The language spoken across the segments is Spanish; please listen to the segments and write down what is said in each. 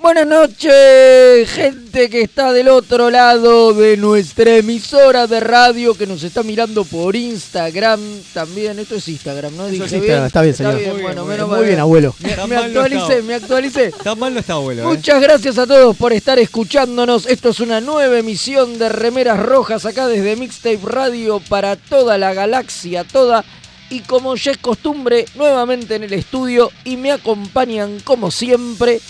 Buenas noches, gente que está del otro lado de nuestra emisora de radio, que nos está mirando por Instagram también. Esto es Instagram, ¿no? Eso Dije es Instagram, está bien, señor. bien, Muy bueno, bien, menos muy mal. bien, abuelo. Me- Tan Me mal no actualicé, estaba. me actualicé. Tan mal no está, abuelo. ¿eh? Muchas gracias a todos por estar escuchándonos. Esto es una nueva emisión de Remeras Rojas acá desde Mixtape Radio para toda la galaxia, toda. Y como ya es costumbre, nuevamente en el estudio y me acompañan como siempre.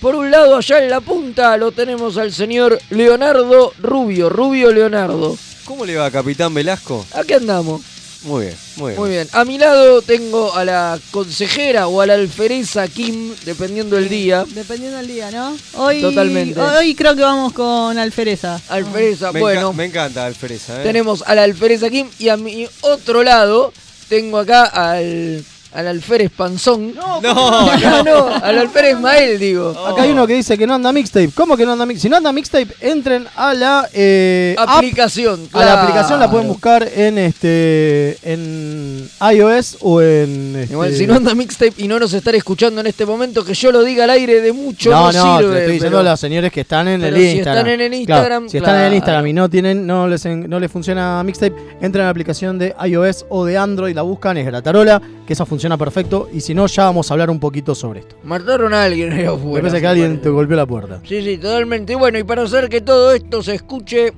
Por un lado, allá en la punta lo tenemos al señor Leonardo Rubio, Rubio Leonardo. ¿Cómo le va, Capitán Velasco? Aquí andamos. Muy bien, muy bien. Muy bien. A mi lado tengo a la consejera o a la alfereza Kim, dependiendo del día. Dependiendo del día, ¿no? Hoy, Totalmente. Hoy creo que vamos con alfereza. Alfereza, Me, enca- bueno. me encanta Alfereza, ¿eh? Tenemos a la alfereza Kim y a mi otro lado tengo acá al, al alférez Panzón. No, No, no, al alférez Mael, digo. Acá hay uno que dice que no anda mixtape. ¿Cómo que no anda mixtape? Si no anda mixtape, entren a la eh, app. Aplicación. A la aplicación la claro. pueden buscar en este en iOS o en este, Igual, si no anda mixtape y no nos están escuchando en este momento, que yo lo diga al aire de mucho no, no, sirve. no, te lo estoy diciendo pero- a los señores que están en pero el si Instagram. están en el Claro, Instagram, si están en el claro. Instagram y no tienen, no les, en- no les funciona Mixtape, entran a la aplicación de iOS o de Android, la buscan, es Gratarola, que esa funciona perfecto. Y si no, ya vamos a hablar un poquito sobre esto. Mataron a alguien ahí Me afuera, parece que me alguien parece. te golpeó la puerta. Sí, sí, totalmente. Y bueno, y para hacer que todo esto se escuche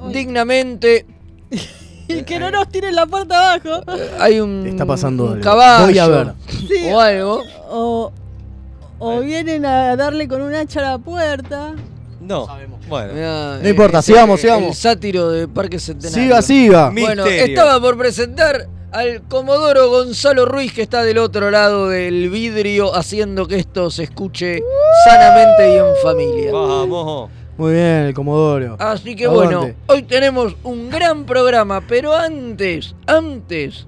Uy. dignamente, Y que no nos tiren la puerta abajo. eh, hay un, Te está pasando un algo. caballo Voy a ver. Sí. o algo. O, o vienen a darle con un hacha a la puerta. no. Bueno. Mirá, No importa, sigamos, el- sigamos. El sátiro de Parque Centenario. Siga, siga. Bueno, Misterio. estaba por presentar al Comodoro Gonzalo Ruiz, que está del otro lado del vidrio, haciendo que esto se escuche sanamente y en familia. Vamos. Muy bien, el Comodoro. Así que Aguante. bueno, hoy tenemos un gran programa, pero antes, antes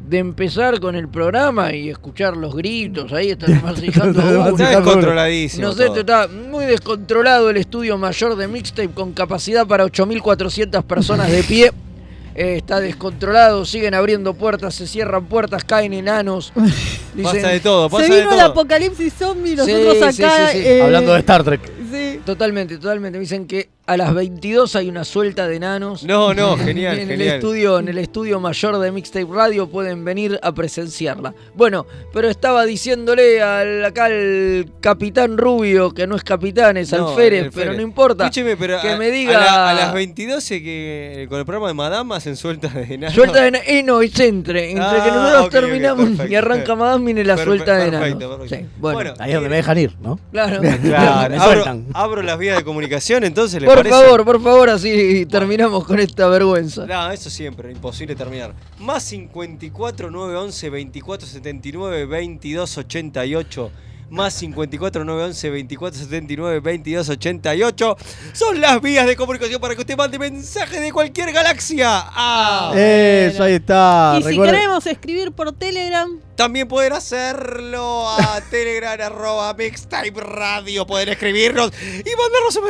de empezar con el programa y escuchar los gritos, ahí están masticando Está uno. Está Bueno. descontroladísimo. No sé, todo. está muy descontrolado el estudio mayor de Mixtape con capacidad para 8.400 personas de pie. Eh, está descontrolado, siguen abriendo puertas, se cierran puertas, caen enanos. Pasa de Dicen, todo, pasa Se de vino el todo. apocalipsis zombie y Sí, nosotros sí, acá. sí, sí. eh, Hablando de Star Trek. sí. totalmente, totalmente. Me Dicen que a las 22 hay una suelta de enanos. No, no, en genial, el genial. estudio, en el estudio mayor de Mixtape Radio pueden venir a presenciarla. Bueno, pero estaba diciéndole al acá al capitán Rubio, que no es capitán, es No, alférez, alférez. pero no importa. Escúcheme, pero Que a, me a diga- la- a Ah. las 22 sé que eh, con el programa de Madama hacen suelta de nada. Suelta de na- eh, no, es entre. Entre que Ah, nosotros ok, ok, terminamos perfecto. y arranca Madame, viene la Perfe- suelta de perfecto, nano. perfecto. Sí, bueno, Bueno, Ahí es donde me dejan ir, ¿no? claro. Claro, Me abro, sueltan. abro las vías de comunicación, entonces le por parece? favor, por favor, así terminamos con esta vergüenza. No, eso siempre, imposible terminar. Más 54 911 24 79 22 88. Más 54 911 24 79 22 88. Son las vías de comunicación para que usted mande mensajes de cualquier galaxia. Ah, Eh, Eso, ahí está. Y si Recuerden- queremos escribir por Telegram, También pueden hacerlo a telegram arroba mixtape radio. Pueden escribirnos y mandarnos un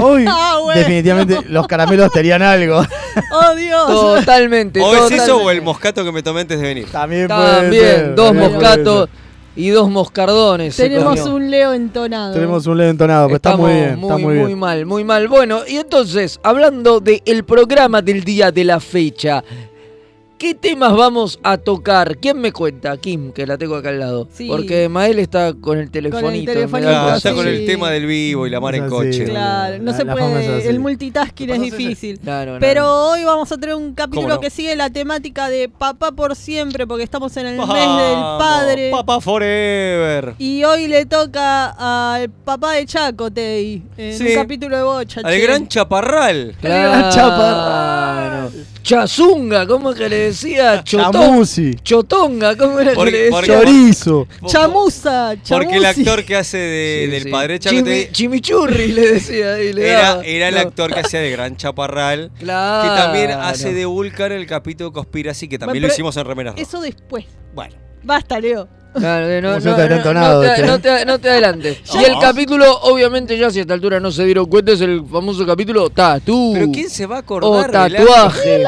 Uy, Ah, bueno. definitivamente los caramelos tenían algo. oh Dios. Totalmente. O es eso totalmente. Ah, o el moscato que me tomé antes de venir. También, puede También, ser, dos también puede moscatos ser. y dos moscardones. se Tenemos comió. un Leo entonado. Tenemos un leve entonado, pero está Estamos muy bien. Está muy bien. mal, muy mal. Bueno, y entonces, hablando del programa del día de la fecha, ¿qué temas vamos a tocar? ¿Quién me cuenta? Kim, que la tengo acá al lado. Sí. Porque Mael está con el telefonito. me da telefonito, Claro, cosa. está Ah, con el sí. tema del vivo y la mar en Es así. coche. Claro, no La- se la fama es así. puede. El multitasking es Entonces, difícil. Claro, no. Pero hoy vamos a tener un capítulo no? que sigue la temática de papá por siempre, porque estamos en el mes del padre. Papá Forever. Y hoy le toca al papá de Chaco, Teddy, en Sí. un capítulo de Bocha. Al che. gran chaparral. Ah, Claro. Chapa. Chazunga, ¿cómo es que le decía? Chotón- Chamusi, Chotonga, ¿cómo era que Porque- le decía? porque- chorizo. Chamusa, Porque el chamusi. actor que hace de- Sí, del sí. Ah, padre Chaco Chimi- te- Chimichurri le decía. y le era, daba. era el No. actor que hacía de gran chaparral. Claro. Que también hace de Vulcan en el capítulo Conspiracy, que también Bueno, lo pero hicimos en Remeras Rojas. Eso después. Bueno, Basta, Leo. Claro, eh, no, Como si no no, te no, adelantonado, no te- che. no te- no te adelantes. Y el capítulo, obviamente, ya si a esta altura no se dieron cuenta, es el famoso capítulo Tatú. Pero ¿quién se va a Uh, O acordar? del año? tatuaje.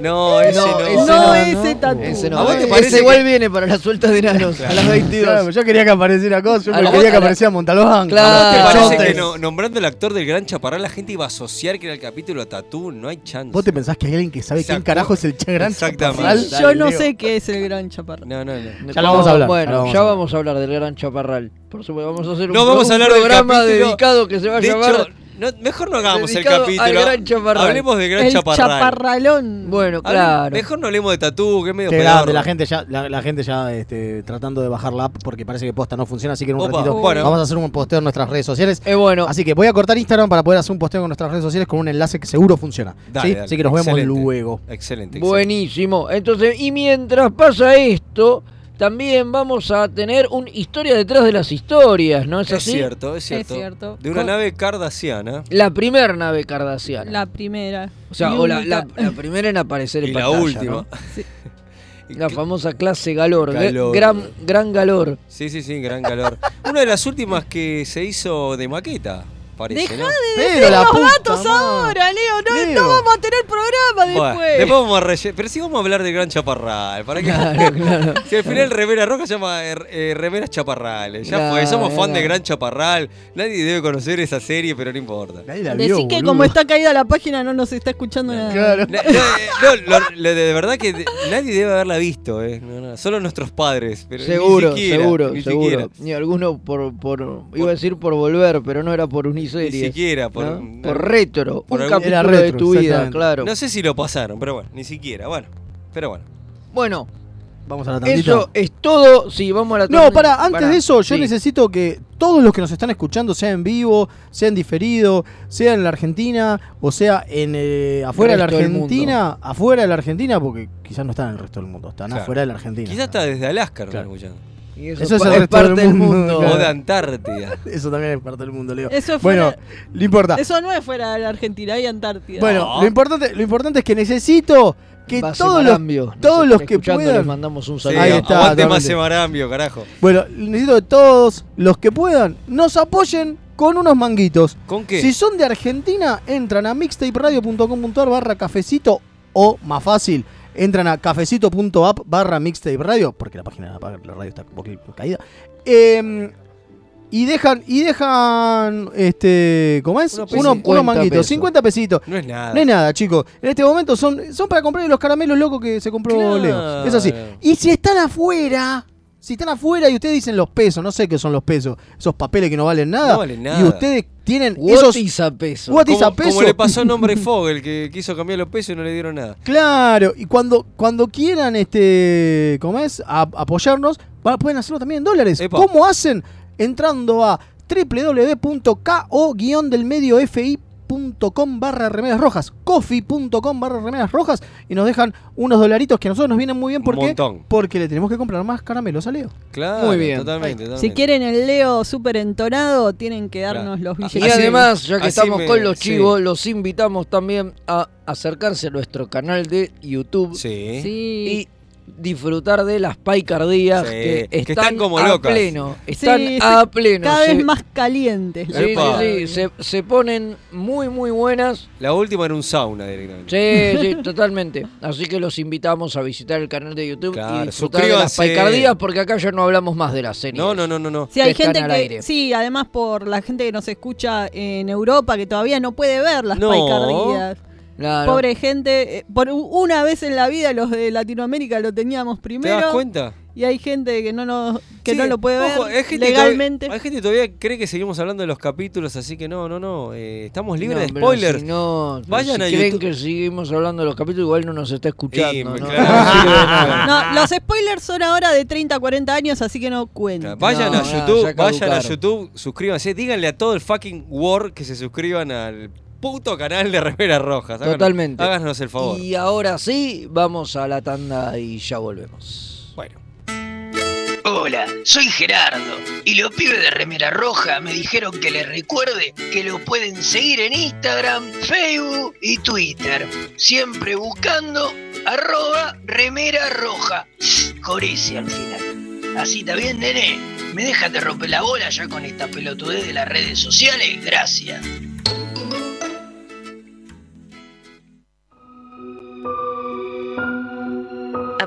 No, ese no. ese no. ese tatu. Ese no. ¿A vos te Ese parece igual que- viene para la suelta de enanos a las 22. Claro, yo quería que apareciera cosa, yo A la- quería que a la- apareciera Montalbán. Claro. ¿Te parece Chotes. que no- nombrando al actor del Gran Chaparral la gente iba a asociar que era el capítulo Tatú? No hay chance. ¿Vos te pensás que hay alguien que sabe Exacto. quién carajo es el Che Gran Exactamente. Chaparral? Sí, Yo no Leo. sé qué es el gran chaparral. No, no, no. Ya lo vamos a hablar, Bueno, ya lo vamos ya a hablar. vamos a hablar del gran chaparral. Por supuesto, vamos a hacer un, No, pro- vamos a un hablar del programa capítulo. dedicado que se va a De llamar. hecho, no- mejor no hagamos el Dedicado al capítulo. Gran Chaparral. Hablemos del Gran El Chaparral. chaparralón. bueno, Hable- claro. Mejor no hablemos de Tatú, que es medio Qué pedorro. grande, la gente ya, la, la gente ya este, tratando de bajar la app porque parece que posta no funciona, así que en un Opa, ratito bueno. vamos a hacer un posteo en nuestras redes sociales. Eh, bueno, Así que voy a cortar Instagram para poder hacer un posteo en nuestras redes sociales con un enlace que seguro funciona. Dale, ¿sí? dale. Así que nos vemos Excelente. luego. Excelente. excelente. buenísimo. Entonces, y mientras pasa esto, también vamos a tener una historia detrás de las historias, ¿no es, Es así? cierto, es cierto. cierto. De una Con- nave cardasiana. La primera nave cardassiana. La primera. o sea, y o la, única. la- la primera en aparecer en Y la pantalla, última. ¿no? Sí. Y La que- famosa clase galor, de- Galor. gran, gran galor. Sí, sí, sí, gran calor. Una de las últimas que se hizo de maqueta, parece. Dejá ¿no? Pero la los puta datos madre. ahora, Leo. No, Leo. no vamos a tener programa Bueno, después. después vamos a relle- Pero sí vamos a hablar del gran chaparral. ¿Para qué? Si al final Rivera Roja se llama eh, eh, Remeras Chaparrales. Ya Claro, fue, somos fan claro. de Gran Chaparral. Nadie debe conocer esa serie, pero no importa. Nadie la Decí vio, que boludo. como está caída la página no nos está escuchando nada. Claro. Na- no, eh, no, lo- lo de, de verdad que de- nadie debe haberla visto, eh. No, no, solo nuestros padres. Pero ni Seguro, siquiera, seguro, ni seguro. Siquiera, Ni alguno por, por, iba a decir por volver, pero no era por ni uniseries. siquiera. Por, ¿no? no, Por retro, por un algún- capítulo Era de retro, tu vida, exactamente. claro. no sé si lo pasaron, pero bueno, ni siquiera. Bueno, pero bueno. Bueno, Vamos a la tandita. eso es todo. Sí, vamos a la No, tanda. para, antes Pará, de eso, yo sí. necesito que todos los que nos están escuchando, sea en vivo, sea en diferido, sea en la Argentina, o sea en eh, afuera de la Resto del mundo. Argentina, afuera de la Argentina, porque quizás no están en el resto del mundo, están Claro. afuera de la Argentina. Quizás hasta desde Alaska nos Claro. están escuchando. Y eso, eso es, es el es resto del parte del mundo. mundo, O Claro. de Antártida. Eso también es parte del mundo, Leo. Eso, es Bueno, fuera- no importa. eso no es fuera de la Argentina, hay Antártida. Bueno, lo importante, lo importante es que necesito que Base todos los Marambio, nos todos están los que escuchando, puedan- Les mandamos un Sí, saludo. Ahí está, aguante totalmente. más Marambio, carajo. Bueno, necesito que todos los que puedan nos apoyen con unos manguitos. ¿Con qué? Si son de Argentina, entran a mixtaperadio.com.ar barra cafecito o más fácil, entran a cafecito.app barra mixtaperadio, porque la página de la radio está un poquito caída. Em, y dejan, y dejan, este, ¿cómo es? Unos Uno- Unos 50 manguitos, pesos. 50 pesitos. No es nada. No es nada, chicos. En este momento son, son para comprar los caramelos locos que se compró Claro. Leo. Es así. Y si están afuera, si están afuera y ustedes dicen los pesos, no sé qué son los pesos, esos papeles que no valen nada. No valen nada. Y ustedes tienen What esos. is a peso? What is Como, a peso? como le pasó a nombre Fogel, que quiso cambiar los pesos y no le dieron nada. Claro, y cuando, cuando quieran este, ¿cómo es? A- apoyarnos, va- pueden hacerlo también en dólares. Epa. ¿Cómo hacen? Entrando a www.ko-delmediofi.com barra remeras rojas, coffee.com barra remeras rojas y nos dejan unos dolaritos que a nosotros nos vienen muy bien Un ¿por qué? montón. porque le tenemos que comprar más caramelos a Leo. Claro, Muy bien. Totalmente, si totalmente. quieren el Leo súper entonado, tienen que Claro. Ah, darnos los Y Y billetes. Así además, ya que así estamos me- con los sí. chivos, los invitamos también a acercarse a nuestro canal de YouTube Sí. Sí. y disfrutar de las paicardías Sí, que, que están están como a locas. pleno. Están Sí, a sí, pleno. Cada se, vez más calientes. sí, las sí, Epa. sí, paredes. se, se ponen muy, muy buenas. La última era un sauna directamente. Sí, sí, totalmente. Así que los invitamos a visitar el canal de YouTube y Claro, disfrutar de las suscríbase. paicardías porque acá ya no hablamos más de las series. No, no, no, no, no. Sí, hay que están gente al que, aire. sí, además por la gente que nos escucha en Europa que todavía no puede ver las No. paicardías. Claro. Pobre gente, eh, por u- una vez en la vida los de Latinoamérica lo teníamos ¿Te das primero cuenta? y hay gente que no nos, que Sí, no lo puede ojo, hay ver gente legalmente. todavía- hay gente que todavía cree que seguimos hablando de los capítulos, así que no, no, no. eh, estamos libres No, de pero spoilers. si no, pero Vayan si a creen YouTube. que seguimos hablando de los capítulos, igual no nos está escuchando. Y, ¿no? claro. No sirve de nada. No, los spoilers son ahora de 30 a 40 años, así que no cuentan. Vayan No, a no, YouTube, ya vayan a caducaron. YouTube, suscríbanse, díganle a todo el fucking war que se suscriban al puto canal de Remeras Rojas. Háganos- Totalmente. Háganos el favor. Y ahora sí, vamos a la tanda y ya volvemos. Bueno, Hola, soy Gerardo y los pibes de Remera Roja me dijeron que les recuerde que lo pueden seguir en Instagram, Facebook y Twitter, siempre buscando arroba Remera Roja, con ese al final. Así está bien, nene. Me dejas de romper la bola ya con esta pelotudez de las redes sociales. Gracias. A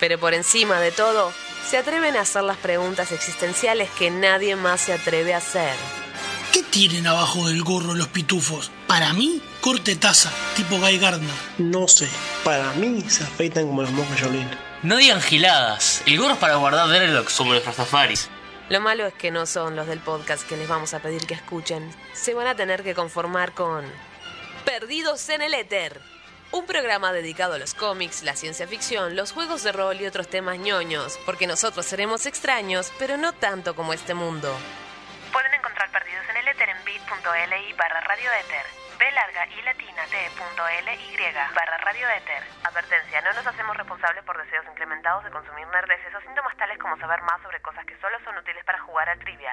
Pero por encima de todo, se atreven a hacer las preguntas existenciales que nadie más se atreve a hacer. ¿Qué tienen abajo del gorro los pitufos? Para mí, corte taza, tipo Guy Gardner. No sé, para mí se afeitan como las monjas Jolín. No digan giladas. El gorro es para guardar Derlock como los Rastafaris. Lo malo es que no son los del podcast que les vamos a pedir que escuchen. Se van a tener que conformar con Perdidos en el Éter. Un programa dedicado a los cómics, la ciencia ficción, los juegos de rol y otros temas ñoños, porque nosotros seremos extraños, pero no tanto como este mundo. Pueden encontrar Perdidos en el Éter en bit.li barra Radio Éter. B larga y latina T.ly barra Radio Éter. Advertencia, no nos hacemos responsables por deseos incrementados de consumir nerdeces o síntomas tales como saber más sobre cosas que solo son útiles para jugar al trivia.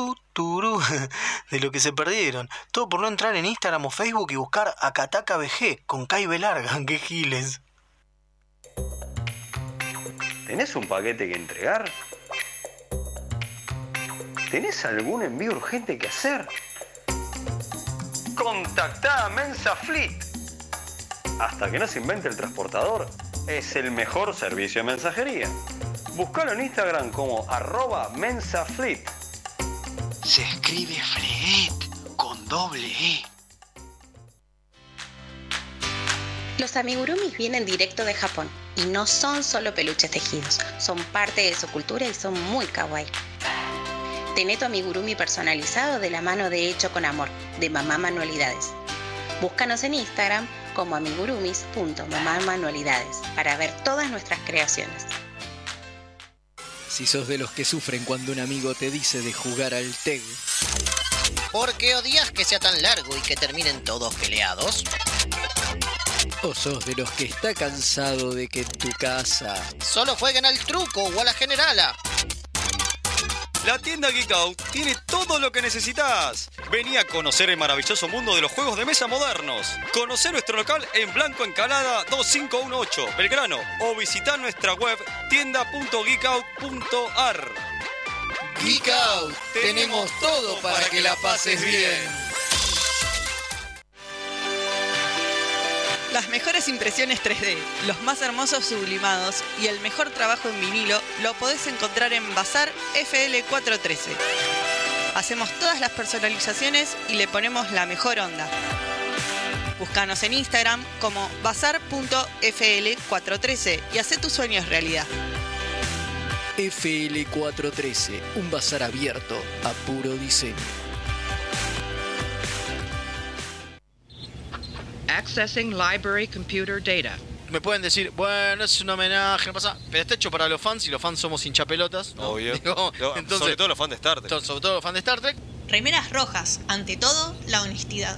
turú. De lo que se perdieron. Todo por no entrar en Instagram o Facebook y buscar a Kataka BG con Caibe Larga. ¡Qué giles! ¿Tenés un paquete que entregar? ¿Tenés algún envío urgente que hacer? Contactá a Mensa Fleet. Hasta que no se invente el transportador, es el mejor servicio de mensajería. Buscalo en Instagram como arroba mensafleet. Se escribe Fleet con doble E. Los amigurumis vienen directo de Japón y no son solo peluches tejidos, son parte de su cultura y son muy kawaii. Tené tu amigurumi personalizado de la mano de Hecho con Amor, de Mamá Manualidades. Búscanos en Instagram como amigurumis.mamamanualidades para ver todas nuestras creaciones. Si sos de los que sufren cuando un amigo te dice de jugar al TEG, ¿Por qué odias que sea tan largo y que terminen todos peleados? o sos de los que está cansado de que en tu casa Solo jueguen al truco o a la generala. La tienda Geek Out tiene todo lo que necesitas. Vení a conocer el maravilloso mundo de los juegos de mesa modernos. Conocer nuestro local en Blanco Encalada 2518, Belgrano, o visitar nuestra web tienda.geekout.ar. Geek Out, tenemos todo para que la pases bien. Las mejores impresiones 3D, los más hermosos sublimados y el mejor trabajo en vinilo lo podés encontrar en Bazar FL413. Hacemos todas las personalizaciones y le ponemos la mejor onda. Búscanos en Instagram como bazar.fl413 y haz tus sueños realidad. FL413, un bazar abierto a puro diseño. Accessing library computer data. Me pueden decir, bueno, es un homenaje, no pasa. Pero está hecho para los fans y los fans somos hinchapelotas. ¿no? Obvio. Digo, No, entonces, sobre todo los fans de Star Trek. to- sobre todo los fans de Star Trek. Remeras rojas, ante todo, la honestidad.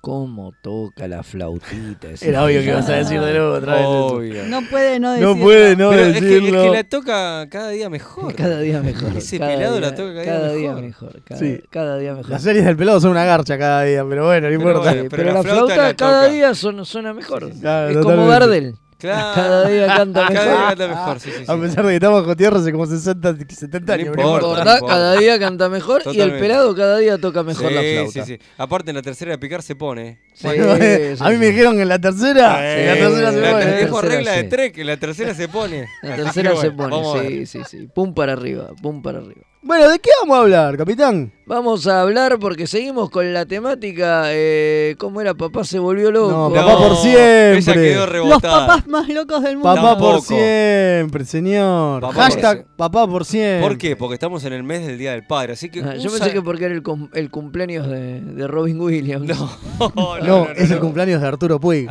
¿Cómo toca la flautita? ese Era obvio que gitano? ibas a decir de nuevo otra vez eso. Obvio. No puede no No decirlo. puede no Pero es que, es decirlo. que la toca cada día mejor. Cada día mejor. Ese cada pelado día- la toca cada, cada día día mejor. mejor. Cada, Sí. cada día mejor. Las series del pelado son una garcha cada día, pero bueno, no Pero importa. bueno, Eh, Pero, la, flauta, la cada toca. día suena, suena mejor. Claro, es como totalmente. Gardel. Claro. Cada día canta mejor. Ah, Cada día canta mejor, sí, sí, sí. A pesar de que estamos con tierra hace como 60, 70 años. No pero importa, ¿Verdad? no importa. Cada día canta mejor y el Totalmente. pelado cada día toca mejor Sí, la flauta. Sí, eh, sí. Aparte, en la tercera de picar se pone. Sí, bueno, sí, a mí me dijeron que en la tercera, en la Eh, tercera se la pone. ter- dijo La tercera regla de sí. tres, que la tercera se pone. La Así que tercera se bueno, vamos a pone, ver. sí, sí, sí. Pum para arriba, pum para arriba. Bueno, ¿de qué vamos a hablar, capitán? Vamos a hablar porque seguimos con la temática. eh, ¿Cómo era? Papá se volvió loco. Ah, No, papá por siempre. Esa quedó Los rebotada. papás más locos del mundo. Papá por Tampoco. siempre, señor. Papá por Hashtag siempre. papá por siempre. ¿Por qué? Porque estamos en el mes del Día del Padre, así que... Ah, yo usa- pensé que porque era el, cum- el cumpleaños de, de Robin Williams. No, no, No, no, no, es el no. cumpleaños de Arturo Puig.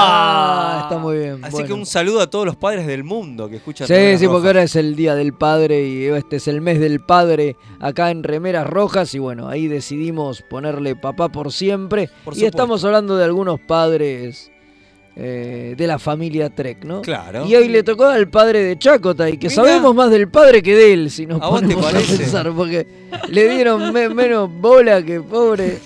Ah, está muy bien. Así que bueno. un saludo a todos los padres del mundo que escuchan. Sí, Remeras sí, porque Rojas. ahora es el Día del Padre y este es el mes del Padre acá en Remeras Rojas y bueno, ahí decidimos ponerle papá por siempre Por y supuesto. estamos hablando de algunos padres eh, de la familia Trek, ¿no? Claro. Y hoy le tocó al padre de Chacota y que Mirá. sabemos más del padre que de él, si nos ¿A vos te ponemos a parece? pensar, porque le dieron me- menos bola que pobre.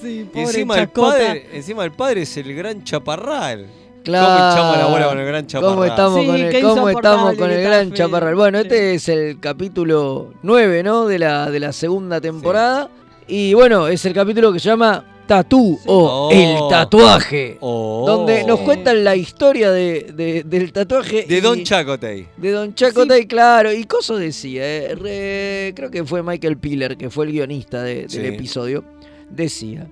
Sí, Y pobre encima el, chacota. padre, encima el padre es el gran chaparral. ¿Cómo Claro. hinchamos la bola con el gran chaparral? ¿Cómo estamos Sí, con el, qué cómo estamos insoportable con que el está gran Fede. chaparral? Bueno, este es el capítulo 9, ¿no? De la, de la segunda temporada. Y bueno, es el capítulo que se llama Tatú o Oh. El Tatuaje. Oh. Donde nos cuentan la historia de, de- del tatuaje. De y- Don Chacotey. De Don Chacota, y claro, y cosas decía, eh, re- creo que fue Michael Piller, que fue el guionista de- del Sí. episodio, decía,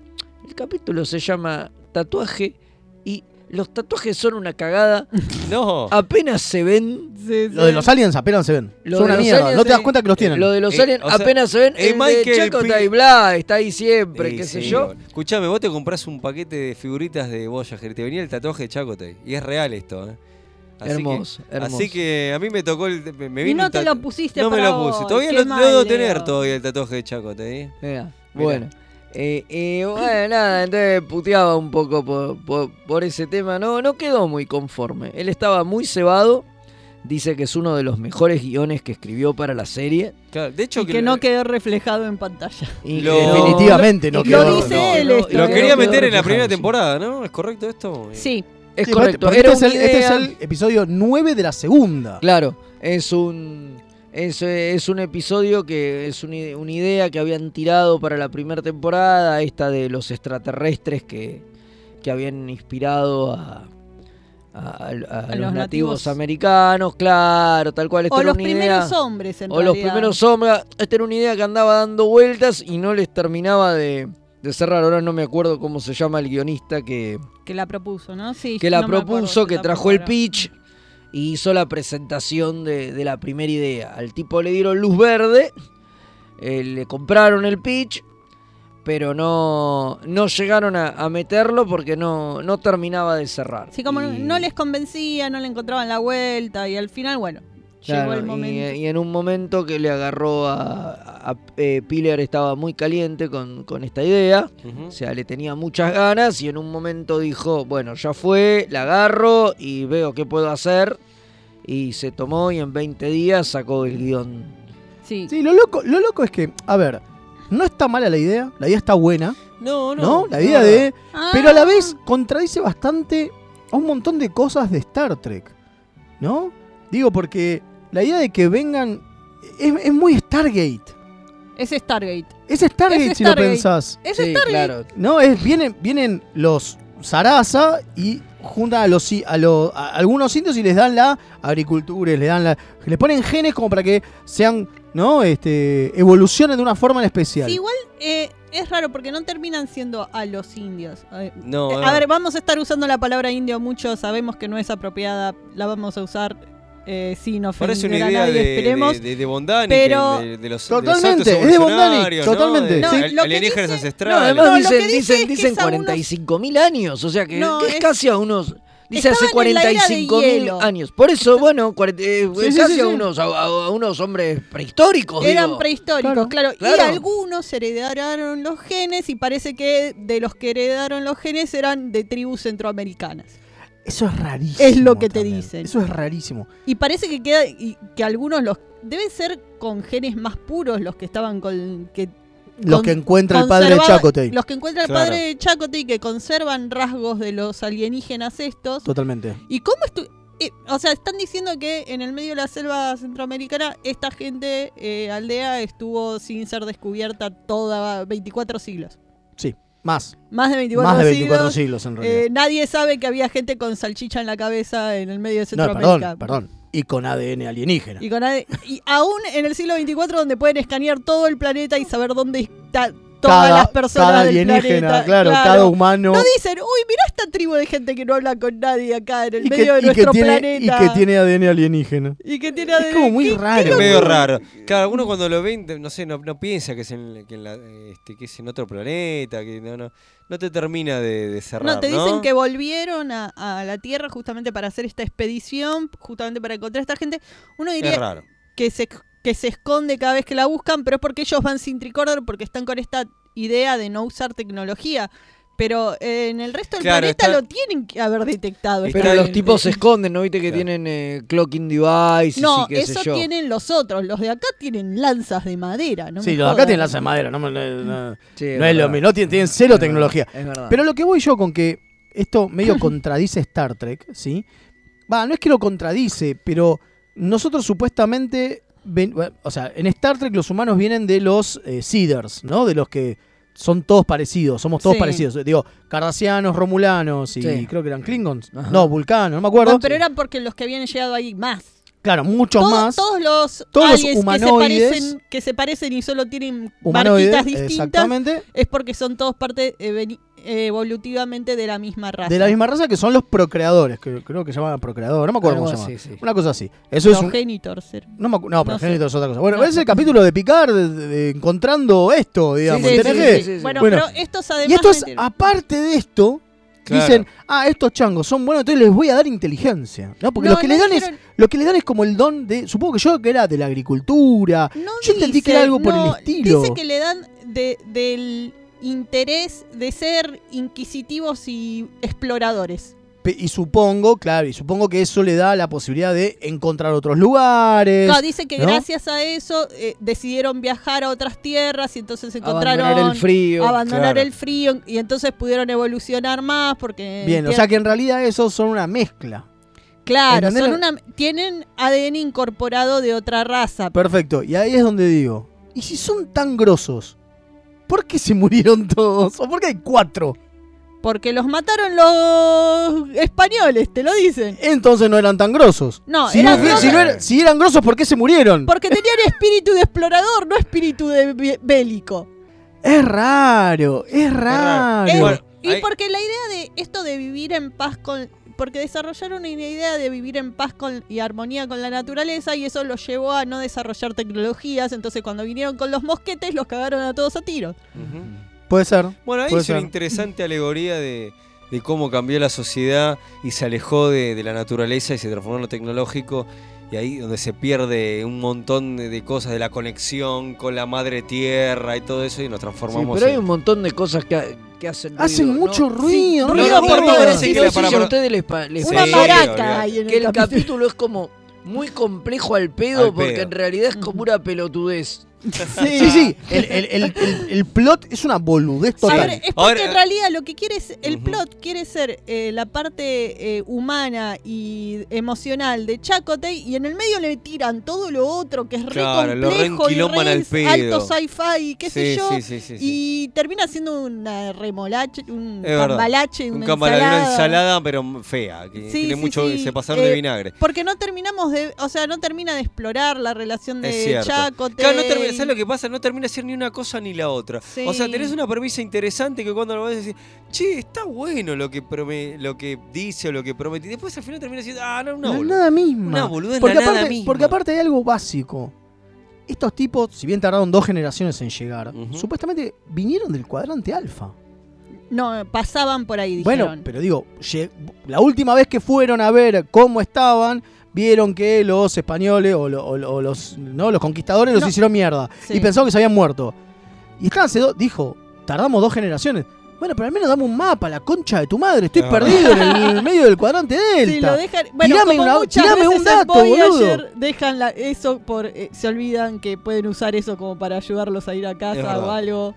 el capítulo se llama Tatuaje y los tatuajes son una cagada, No. apenas se ven, Sí, sí. Lo de los aliens apenas se ven. Lo de Son una los mierda. aliens, no te das sí. cuenta que los tienen. lo de los Eh, aliens o sea, apenas se ven, eh, el de Michael Chacota Pi- y bla, está ahí siempre, qué sé yo. Escuchame, vos te compras un paquete de figuritas de Voyager y te venía el tatuaje de Chacotey. Y es real esto, ¿eh? Hermoso, que, hermoso. Así que a mí me tocó el. Me, me Y vino no un te tatu- lo pusiste No me para lo puse. vos, Todavía qué lo, lo debo mal, eh. tener Leo. todavía el tatuaje de Chacotey. ¿eh? Mirá, bueno. Eh, eh, bueno, nada, entonces puteaba un poco por, por- por ese tema. No, no quedó muy conforme. Él estaba muy cebado. Dice que es uno de los mejores guiones que escribió para la serie. Claro, de hecho, Y que no quedó reflejado en pantalla. Y Lo- que no- Definitivamente no y que quedó. no- Lo dice no, él no, esto, no Lo eh. quedó quería meter en la reflejado, primera sí. temporada, ¿no? ¿Es correcto esto? Sí. Es Sí, correcto. porque este Era es el- una este es idea- el episodio 9 de la segunda. Claro, es un es, eh, es un episodio que es una, ide- una idea que habían tirado para la primera temporada, esta de los extraterrestres que, que habían inspirado a, a- a- a los, nativos, los nativos. americanos, claro, tal cual. Esta O era los una idea- primeros hombres, en o los realidad. primeros sombras. Esta era una idea que andaba dando vueltas y no les terminaba de, de cerrar. Ahora no me acuerdo cómo se llama el guionista que, Que la propuso, ¿no? Sí. que la no me acuerdo, propuso, yo que tampoco trajo el ahora. pitch y hizo la presentación de, de la primera idea. Al tipo le dieron luz verde, eh, le compraron el pitch, pero no, no llegaron a, a meterlo porque no, no terminaba de cerrar. Sí, como no- Y- no les convencía, no le encontraban la vuelta y al final, bueno, claro, llegó el y- eh, momento. Y, en un momento que le agarró a, a- a- eh, Piller, estaba muy caliente con, con esta idea. Ujú. O Eh, sea, le tenía muchas ganas y en un momento dijo, bueno, ya fue, la agarro y veo qué puedo hacer. Y se tomó y en 20 días sacó el guión. Sí. Sí, lo loco, lo loco es que, a ver, no está mala la idea, la idea está buena, No, no. ¿no? La no, idea no. de. Ah, Pero a la vez contradice bastante a un montón de cosas de Star Trek, ¿no? Digo, porque la idea de que vengan. Es, es muy Stargate. Es Stargate. Es Stargate Es si lo Stargate. pensás. Es sí, Stargate. claro. No, es, vienen, vienen los Sarasa y juntan a los i- a, los- a algunos indios y les dan la agricultura, les dan la. Les ponen genes como para que sean, ¿no? Este. evolucionen de una forma en especial. Sí, igual eh, es raro porque no terminan siendo a los indios. A ver, No, eh, no. a ver, vamos a estar usando la palabra indio mucho, sabemos que no es apropiada, la vamos a usar eh, sin ofender Parece una a idea nadie, de, esperemos. de, de, de Bondani, pero- de, de los Totalmente, de los es de actos Bondani, evolucionarios, ¿no? totalmente, De- No, al- lo que alienígenas dice- No, ancestrales. además No, lo que dicen, dice dicen, es que dicen es a unos- 45.000 años, o sea que No, que es, es- casi a unos Dice hace Estaban en la era de 45.000 hielo. años. Por eso, bueno, cuarenta- eh, Sí, sí, casi sí, a, sí. unos, a, a- a unos hombres prehistóricos. Eran digo. prehistóricos, claro. Y Claro. algunos heredaron los genes y parece que de los que heredaron los genes eran de tribus centroamericanas. Eso es rarísimo. Es lo que te también. dicen. Eso es rarísimo. Y parece que queda y que algunos los deben ser con genes más puros los que estaban con que Los que encuentra el padre de conservaba- Chacotay. Los que encuentra el Claro. padre de Chacotay que conservan rasgos de los alienígenas estos. Totalmente. ¿Y cómo estu eh, o sea, están diciendo que en el medio de la selva centroamericana esta gente, eh, aldea, estuvo sin ser descubierta toda 24 siglos. Sí, más. Más de 24 Más de siglos. 24 siglos, en realidad. Eh, nadie sabe que había gente con salchicha en la cabeza en el medio de No, Centroamérica. perdón, perdón. Y con ADN alienígena. Y, con AD y aún en el siglo 24 donde pueden escanear todo el planeta y saber dónde está todas Cada- las personas cada del alienígena, planeta. claro, cada humano. No dicen, uy, mirá esta tribu de gente que no habla con nadie acá en el Y que- medio de y que nuestro tiene, y planeta. que tiene ADN alienígena. Y que tiene ADN. ¿Qué- qué Es locura? medio raro. Claro, uno cuando lo ve, no sé, no, no piensa que es, en, que, en la- este, que es en otro planeta, que no, no, no te termina de, de cerrar. No, te dicen que volvieron a, a la Tierra justamente para hacer esta expedición, justamente para encontrar a esta gente. Uno Es diría raro. que se, que se esconde cada vez que la buscan, pero es porque ellos van sin tricorder, porque están con esta idea de no usar tecnología. Pero eh, en el resto del Claro, planeta está- lo tienen que haber detectado. Pero esta los gente. tipos se esconden, ¿no? Viste que tienen eh, clocking devices No, y qué eso sé yo. tienen los otros. Los de acá tienen lanzas de madera. No sí, me los de acá jodas. tienen lanza de madera. No, me- no- no- Sí, es no es lo verdad. mismo. No tienen, tienen cero Es verdad, tecnología. es verdad. Pero lo que voy yo con que esto medio contradice Star Trek, ¿sí? Va, no es que lo contradice, pero nosotros supuestamente. ven- bueno, o sea, en Star Trek los humanos vienen de los eh, Seeders, ¿no? De los que son todos parecidos, somos todos Sí. parecidos. Digo, Cardassianos, Romulanos y Sí. creo que eran Klingons. No, Vulcanos, no me acuerdo. Bueno, pero eran porque los que habían llegado ahí más. Claro, muchos Todo- más. Todos los Todos los aliens que se, humanoides. parecen, que se parecen y solo tienen Humanoides, marquitas distintas exactamente. es porque son todos parte eh, veni- eh, evolutivamente de la misma raza. De la misma raza que son los procreadores, que creo que llamaban procreador, no me acuerdo Algo cómo se llama. así, sí. Una cosa así. Eso es un- Progenitor, ser- no, me acu- no, no progenitor sé. es otra cosa. Bueno, No. es el capítulo de Picard de- de- encontrando esto, digamos. sí, ¿entendés sí, qué? sí, sí, sí. Bueno, pero estos además Y ah, estos, metieron- aparte de esto, Claro. dicen, ah, estos changos son buenos, entonces les voy a dar inteligencia. No, porque No, los que no les dan es. dijeron- Lo que le dan es como el don de. Supongo que yo que era de la agricultura. yo entendí que Dice, era algo por el no, estilo. Dice que le dan de- del interés de ser inquisitivos y exploradores. Pe- Y supongo, claro, y supongo que eso le da la posibilidad de encontrar otros lugares. Claro, dice que ¿no? gracias a eso eh, decidieron viajar a otras tierras y entonces encontraron Abandonar el frío, abandonar claro. el frío y entonces pudieron evolucionar más porque Bien, o tienen- sea que en realidad esos son una mezcla. claro, son ¿entendés? una, tienen ADN incorporado de otra raza. Perfecto, y ahí es donde digo, ¿y si son tan grosos? ¿Por qué se murieron todos? ¿O por qué hay cuatro? Porque los mataron los españoles, te lo dicen. Entonces no eran tan grosos. No, si, eran no fue- si no era- si eran grosos, ¿por qué se murieron? Porque tenían espíritu de explorador, no espíritu de bie- bélico. Es raro, es raro. Es- Bueno, y porque la idea de esto de vivir en paz con. Porque desarrollaron una idea de vivir en paz con y armonía con la naturaleza y eso los llevó a no desarrollar tecnologías. Entonces, cuando vinieron con los mosquetes, los cagaron a todos a tiros. Puede ser. Bueno, ahí puede es una ser. interesante alegoría de, de cómo cambió la sociedad y se alejó de, de la naturaleza y se transformó en lo tecnológico. Y ahí donde se pierde un montón de, de cosas, de la conexión con la madre tierra y todo eso, y nos Sí, transformamos pero hay en- un montón de cosas que, ha- que hacen. Hacen ruido, mucho ¿no? ruido, no me ruido lo por puedo todo. creer. Sí, Para, no sé para, si a para. ustedes les, pa- les Una pasó maraca que- hay en que el el capítulo. capítulo es como muy complejo al pedo Al porque pedo. en realidad es como una pelotudez. Sí, sí, sí. El, el- el- el- el plot es una boludez A total. ver, es porque en realidad lo que quiere es, el plot quiere ser eh, la parte eh, humana y emocional de Chacotay y en el medio le tiran todo lo otro que es Claro, re lo complejo y reenquiloman re al pedo. alto sci-fi y qué sé Sí, yo. sí, sí, sí, sí. Y termina siendo una remolache, un Es verdad. cambalache, un una cambalache, una ensalada. ensalada, pero fea. Que Sí, tiene sí, mucho, sí. se pasaron Eh, de vinagre. Porque no terminamos de, o sea, no termina de explorar la relación Es de cierto. Chacotay. Claro, no termina, ¿sabes lo que pasa? No termina de ser ni una cosa ni la otra. eh, Sí. O sea, tenés una premisa interesante que cuando lo vas a decir, che, está bueno lo que, prome- lo que dice o lo que promete. Y después al final termina diciendo, ah, no, una No es bol- nada misma. Una boludez, porque, la nada aparte, misma. porque aparte hay algo básico. Estos tipos, si bien tardaron dos generaciones en llegar, supuestamente vinieron del cuadrante alfa. No, pasaban por ahí, dijeron. Bueno, pero digo, lle- la última vez que fueron a ver cómo estaban, vieron que los españoles o, lo- o lo- o los, no, los conquistadores los No. hicieron mierda. Sí. Y pensaron que se habían muerto. Y están hace dos, dijo, tardamos dos generaciones. Bueno, pero al menos dame un mapa, la concha de tu madre. Estoy No. perdido en el, medio del cuadrante delta. Sí, lo dejan. Bueno, Tirame como una- muchas tirame veces un en dato, Boy boludo. ayer dejan la- eso por. eh, se olvidan que pueden usar eso como para ayudarlos a ir a Es casa verdad. o algo.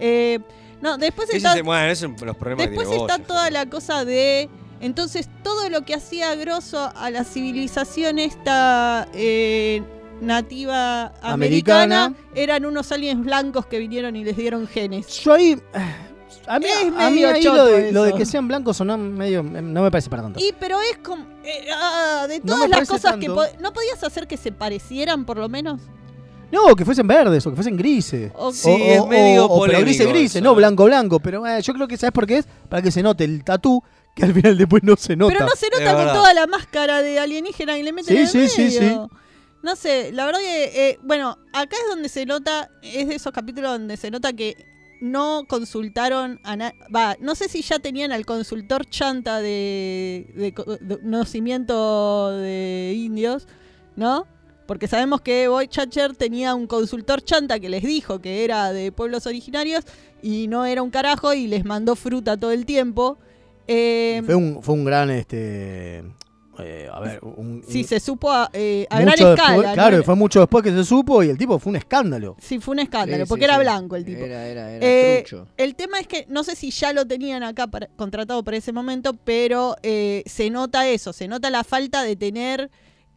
Eh, no, después Ese está, se- bueno, esos son los problemas después que tiene está Goya. toda la cosa de. Entonces, todo lo que hacía grosso a la civilización esta. eh, nativa americana, Americana. eran unos aliens blancos que vinieron y les dieron genes. Yo ahí. eh, A mí, es A mí medio ahí choto lo de, lo de eso. que sean blancos o no, medio, eh, no me parece para tanto. Y pero es como... eh, ah, de No todas me las parece cosas que... tanto. po- ¿No podías hacer que se parecieran por lo menos? No, que fuesen verdes o que fuesen grises. O- O- Sí, o, es o- medio o- pero grises, polémico grises, eso, no ¿no? blanco, blanco. Pero eh, yo creo que, ¿sabes por qué es? Para que se note el tatú, que al final después no se nota. Pero no se nota con toda la máscara de alienígena y le meten Sí, en el sí, sí, medio. No sé, la verdad que, eh, bueno, acá es donde se nota, es de esos capítulos donde se nota que no consultaron a na- va, no sé si ya tenían al consultor chanta de, de co- de conocimiento de indios, ¿no? Porque sabemos que Boy Chacher tenía un consultor chanta que les dijo que era de pueblos originarios y no era un carajo y les mandó fruta todo el tiempo. Eh, Fue un, fue un gran, este... eh, a ver, un... Sí, un- se supo a, eh, a gran mucho después- escala. ¿no? Claro, y fue mucho después que se supo y el tipo fue un escándalo. Sí, fue un escándalo, Sí, porque sí, era sí. blanco el tipo. Eh, Era, era, era trucho. El tema es que no sé si ya lo tenían acá para- contratado para ese momento, pero eh, se nota eso, se nota la falta de tener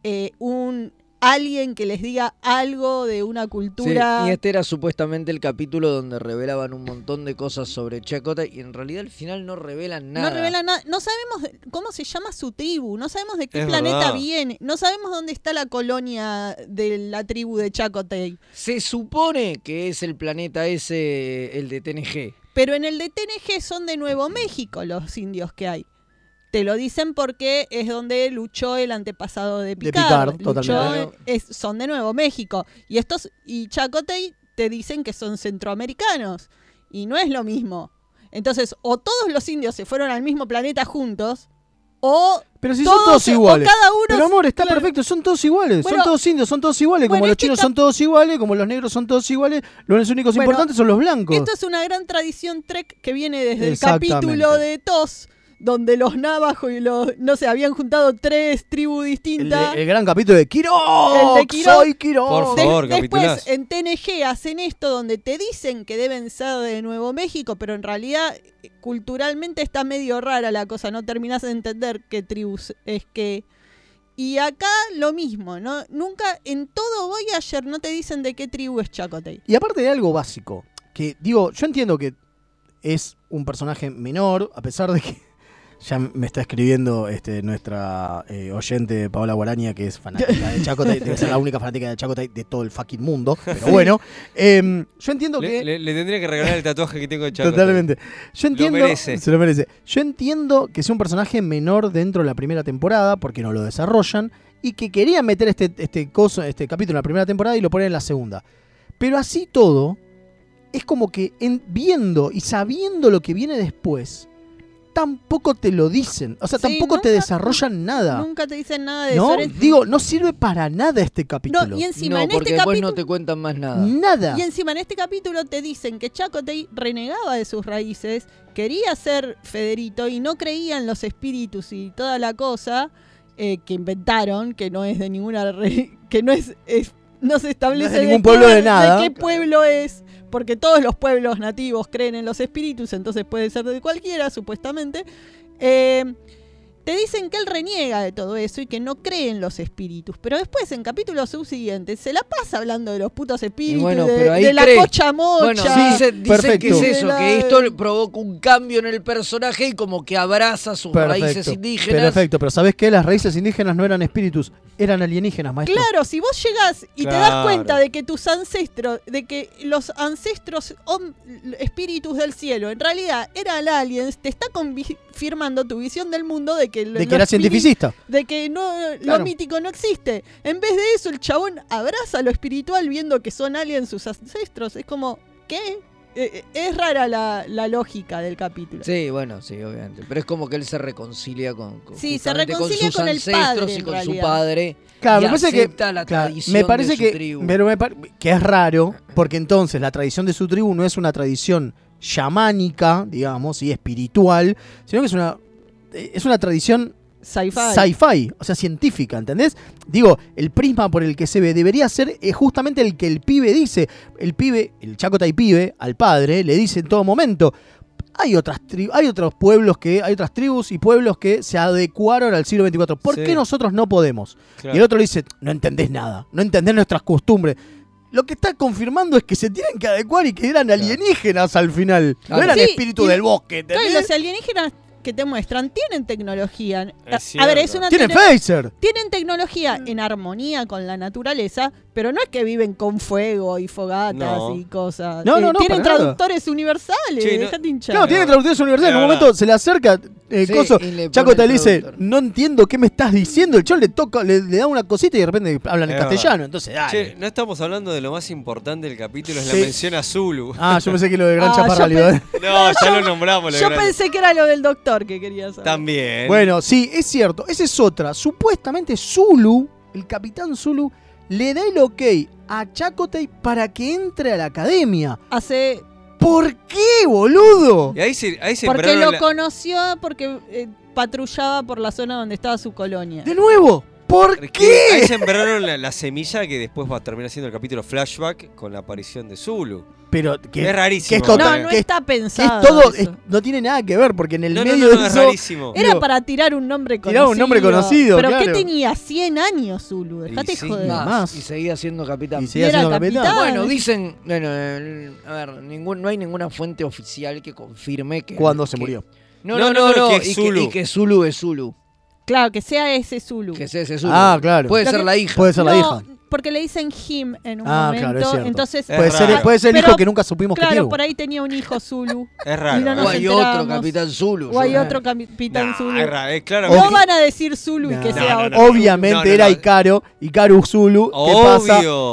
eh, un alguien que les diga algo de una Sí, cultura. y este era supuestamente el capítulo donde revelaban un montón de cosas sobre Chacota y en realidad al final no revelan nada. No revela nada. No sabemos de- cómo se llama su tribu, no sabemos de qué Es planeta verdad. viene, no sabemos dónde está la colonia de la tribu de Chacotay. Se supone que es el planeta ese, el de TNG. Pero en el de TNG son de Nuevo México los indios que hay. Te lo dicen porque es donde luchó el antepasado de Picard. Picard, totalmente. Luchó- es- son de Nuevo México. Y estos y Chacotey te dicen que son centroamericanos. Y no es lo mismo. Entonces, o todos los indios se fueron al mismo planeta juntos, o. Pero si son todos se- o iguales. cada uno Pero se- amor, está perfecto, son todos iguales. Bueno, son todos indios, son todos iguales. bueno, como los este chinos cap- son todos iguales, como los negros son todos iguales. Los únicos Bueno, importantes son los blancos. Esto es una gran tradición trek que viene desde el Exactamente. capítulo de Tos, donde los navajos y los. No sé, habían juntado tres tribus el, distintas. de- el gran capítulo de Quiroz. El de Quiroz. Soy Quiroz. Por favor, Des- después capitulás. en TNG hacen esto donde te dicen que deben ser de Nuevo México, pero en realidad eh, culturalmente está medio rara la cosa, no terminás de entender qué tribus es que... Y acá lo mismo, ¿no? Nunca, en todo Voyager no te dicen de qué tribu es Chacotay. Y aparte de algo básico, que digo, yo entiendo que es un personaje menor, a pesar de que ya me está escribiendo este, nuestra eh, oyente Paola Guaraña, que es fanática de Chacotay, debe ser la única fanática de Chacotay de todo el fucking mundo, pero bueno, em, yo entiendo Le, que... le- le tendría que regalar el tatuaje que tengo de Chaco. Totalmente. Yo entiendo, merece. Se lo merece. Yo entiendo que sea un personaje menor dentro de la primera temporada, porque no lo desarrollan, y que querían meter este, este, coso, este capítulo en la primera temporada y lo ponen en la segunda. Pero así todo, es como que en- viendo y sabiendo lo que viene después, tampoco te lo dicen. O sea, Sí, tampoco te nunca- desarrollan nada. Nunca te dicen nada de ¿No? Soren- Digo, no sirve para nada este capítulo. y encima no, en porque este después capítulo... no te cuentan más nada. Nada. Y encima en este capítulo te dicen que Chacotay renegaba de sus raíces, quería ser Federito y no creía en los espíritus y toda la cosa eh, que inventaron, que no es de ninguna re- que no es, es- no se establece No es de ningún pueblo qué- de nada. qué pueblo es, porque todos los pueblos nativos creen en los espíritus, entonces puede ser de cualquiera supuestamente. Eh, te dicen que él reniega de todo eso y que no cree en los espíritus. Pero después, en capítulos subsiguientes, se la pasa hablando de los putos Y espíritus, bueno, de, pero ahí de la cree. cocha mocha. Bueno, dice, dice que perfecto. es eso, De la- que esto provoca un cambio en el personaje y como que abraza sus raíces indígenas. Perfecto, pero ¿sabés qué? Las raíces indígenas no eran espíritus, eran alienígenas, maestro. Claro, si vos llegás y te das Claro. cuenta de que tus ancestros, de que los ancestros hom- espíritus del cielo en realidad eran aliens, te está confirmando tu visión del mundo de que, De que era cientificista. De que no, lo Claro. mítico no existe. En vez de eso, el chabón abraza lo espiritual viendo que son aliens sus ancestros. Es como, ¿qué? eh, es rara la, la lógica del capítulo. Sí, bueno, sí, obviamente. Pero es como que él se reconcilia con, con- Sí, se justamente reconcilia sus con el ancestros padre, y en con su realidad. padre. Claro, y me parece que, acepta la claro, tradición me parece de su que, tribu. pero me par- que es raro, porque entonces la tradición de su tribu no es una tradición chamánica, digamos, y espiritual, sino que es una eh, es una tradición Sci-fi. sci-fi, o sea, científica, ¿entendés? Digo, el prisma por el que se ve debería ser eh, justamente el que el pibe dice, el pibe, el chacota y pibe al padre le dice en todo momento, hay otras tri- hay otros pueblos que hay otras tribus y pueblos que se adecuaron al siglo XXIV. ¿Por Sí. qué nosotros no podemos? Claro. Y el otro le dice, no entendés nada, no entendés nuestras costumbres. Lo que está confirmando es que se tienen que adecuar y que eran alienígenas al final. No eran Sí, espíritus y- del bosque. Claro, y ¿entendés? los alienígenas que te muestran tienen tecnología. Es a ver, es cierto. una Tienen tecno- phaser. Tienen tecnología en armonía con la naturaleza, pero no es que viven con fuego y fogatas No. y cosas. Eh, No, no, no, Tienen para nada. traductores universales, Sí, no- dejate hinchar. Claro, tiene traductores universales. En un Es momento se le acerca eh, Sí, coso, y le Chaco pone te el le dice, no entiendo qué me estás diciendo. El chon le toca, le, le da una cosita y de repente hablan en Es verdad. castellano. Entonces, dale. Che, no estamos hablando de lo más importante del capítulo, es la Sí. mención a Zulu. Ah, yo pensé que lo de Gran Ah, Chaparral yo iba a- No, ya lo nombramos. lo Yo de Gran- pensé que era lo del doctor que quería saber. También. Bueno, sí, es cierto. Esa es otra. Supuestamente Zulu, el capitán Zulu, le da el ok a Chacotay para que entre a la academia. Hace. ¿Por qué, boludo? Y ahí se, ahí se Porque empeoraron lo Este, la- conoció porque eh, patrullaba por la zona donde estaba su colonia. De nuevo, ¿por qué? Ahí sembraron la, la semilla que después va a terminar siendo el capítulo flashback con la aparición de Zulu. Pero que es rarísimo. que es con- No, no que es- está que es pensado todo, eso. es- no tiene nada que ver porque en el No, no, medio no, de no, es eso- rarísimo. Era digo, para tirar un nombre conocido. Tiraba un nombre conocido, Pero claro. ¿qué tenía? 100 años, Zulu. Dejate joder. Más, Y seguía siendo capitán. Y seguía Y era siendo capitán. capitán. Bueno, dicen. Bueno, el- a ver, ningún, no hay ninguna fuente oficial que confirme que. Cuando se que- murió. No, no, no, no, y, que, Zulu. y que Zulu es Zulu. Claro, que sea ese Zulu. Que sea ese Zulu. Ah, claro. Puede Lo ser que- la hija. Puede ser la No, hija. Porque le dicen him en un Ah, momento. claro, es cierto. Entonces, Es Puede ser- raro. puede ser el hijo que nunca supimos que claro, tuvo. por ahí tenía un hijo Zulu. Es raro. Y no ¿eh? nos O hay enterábamos. otro capitán Zulu, O hay yo- otro capitán Zulu. es raro, es claro. No van a decir Zulu y No, que no, sea no, otro. no, Obviamente No, no, era no. Icaro, Icaru Zulu. ¿Qué Obvio.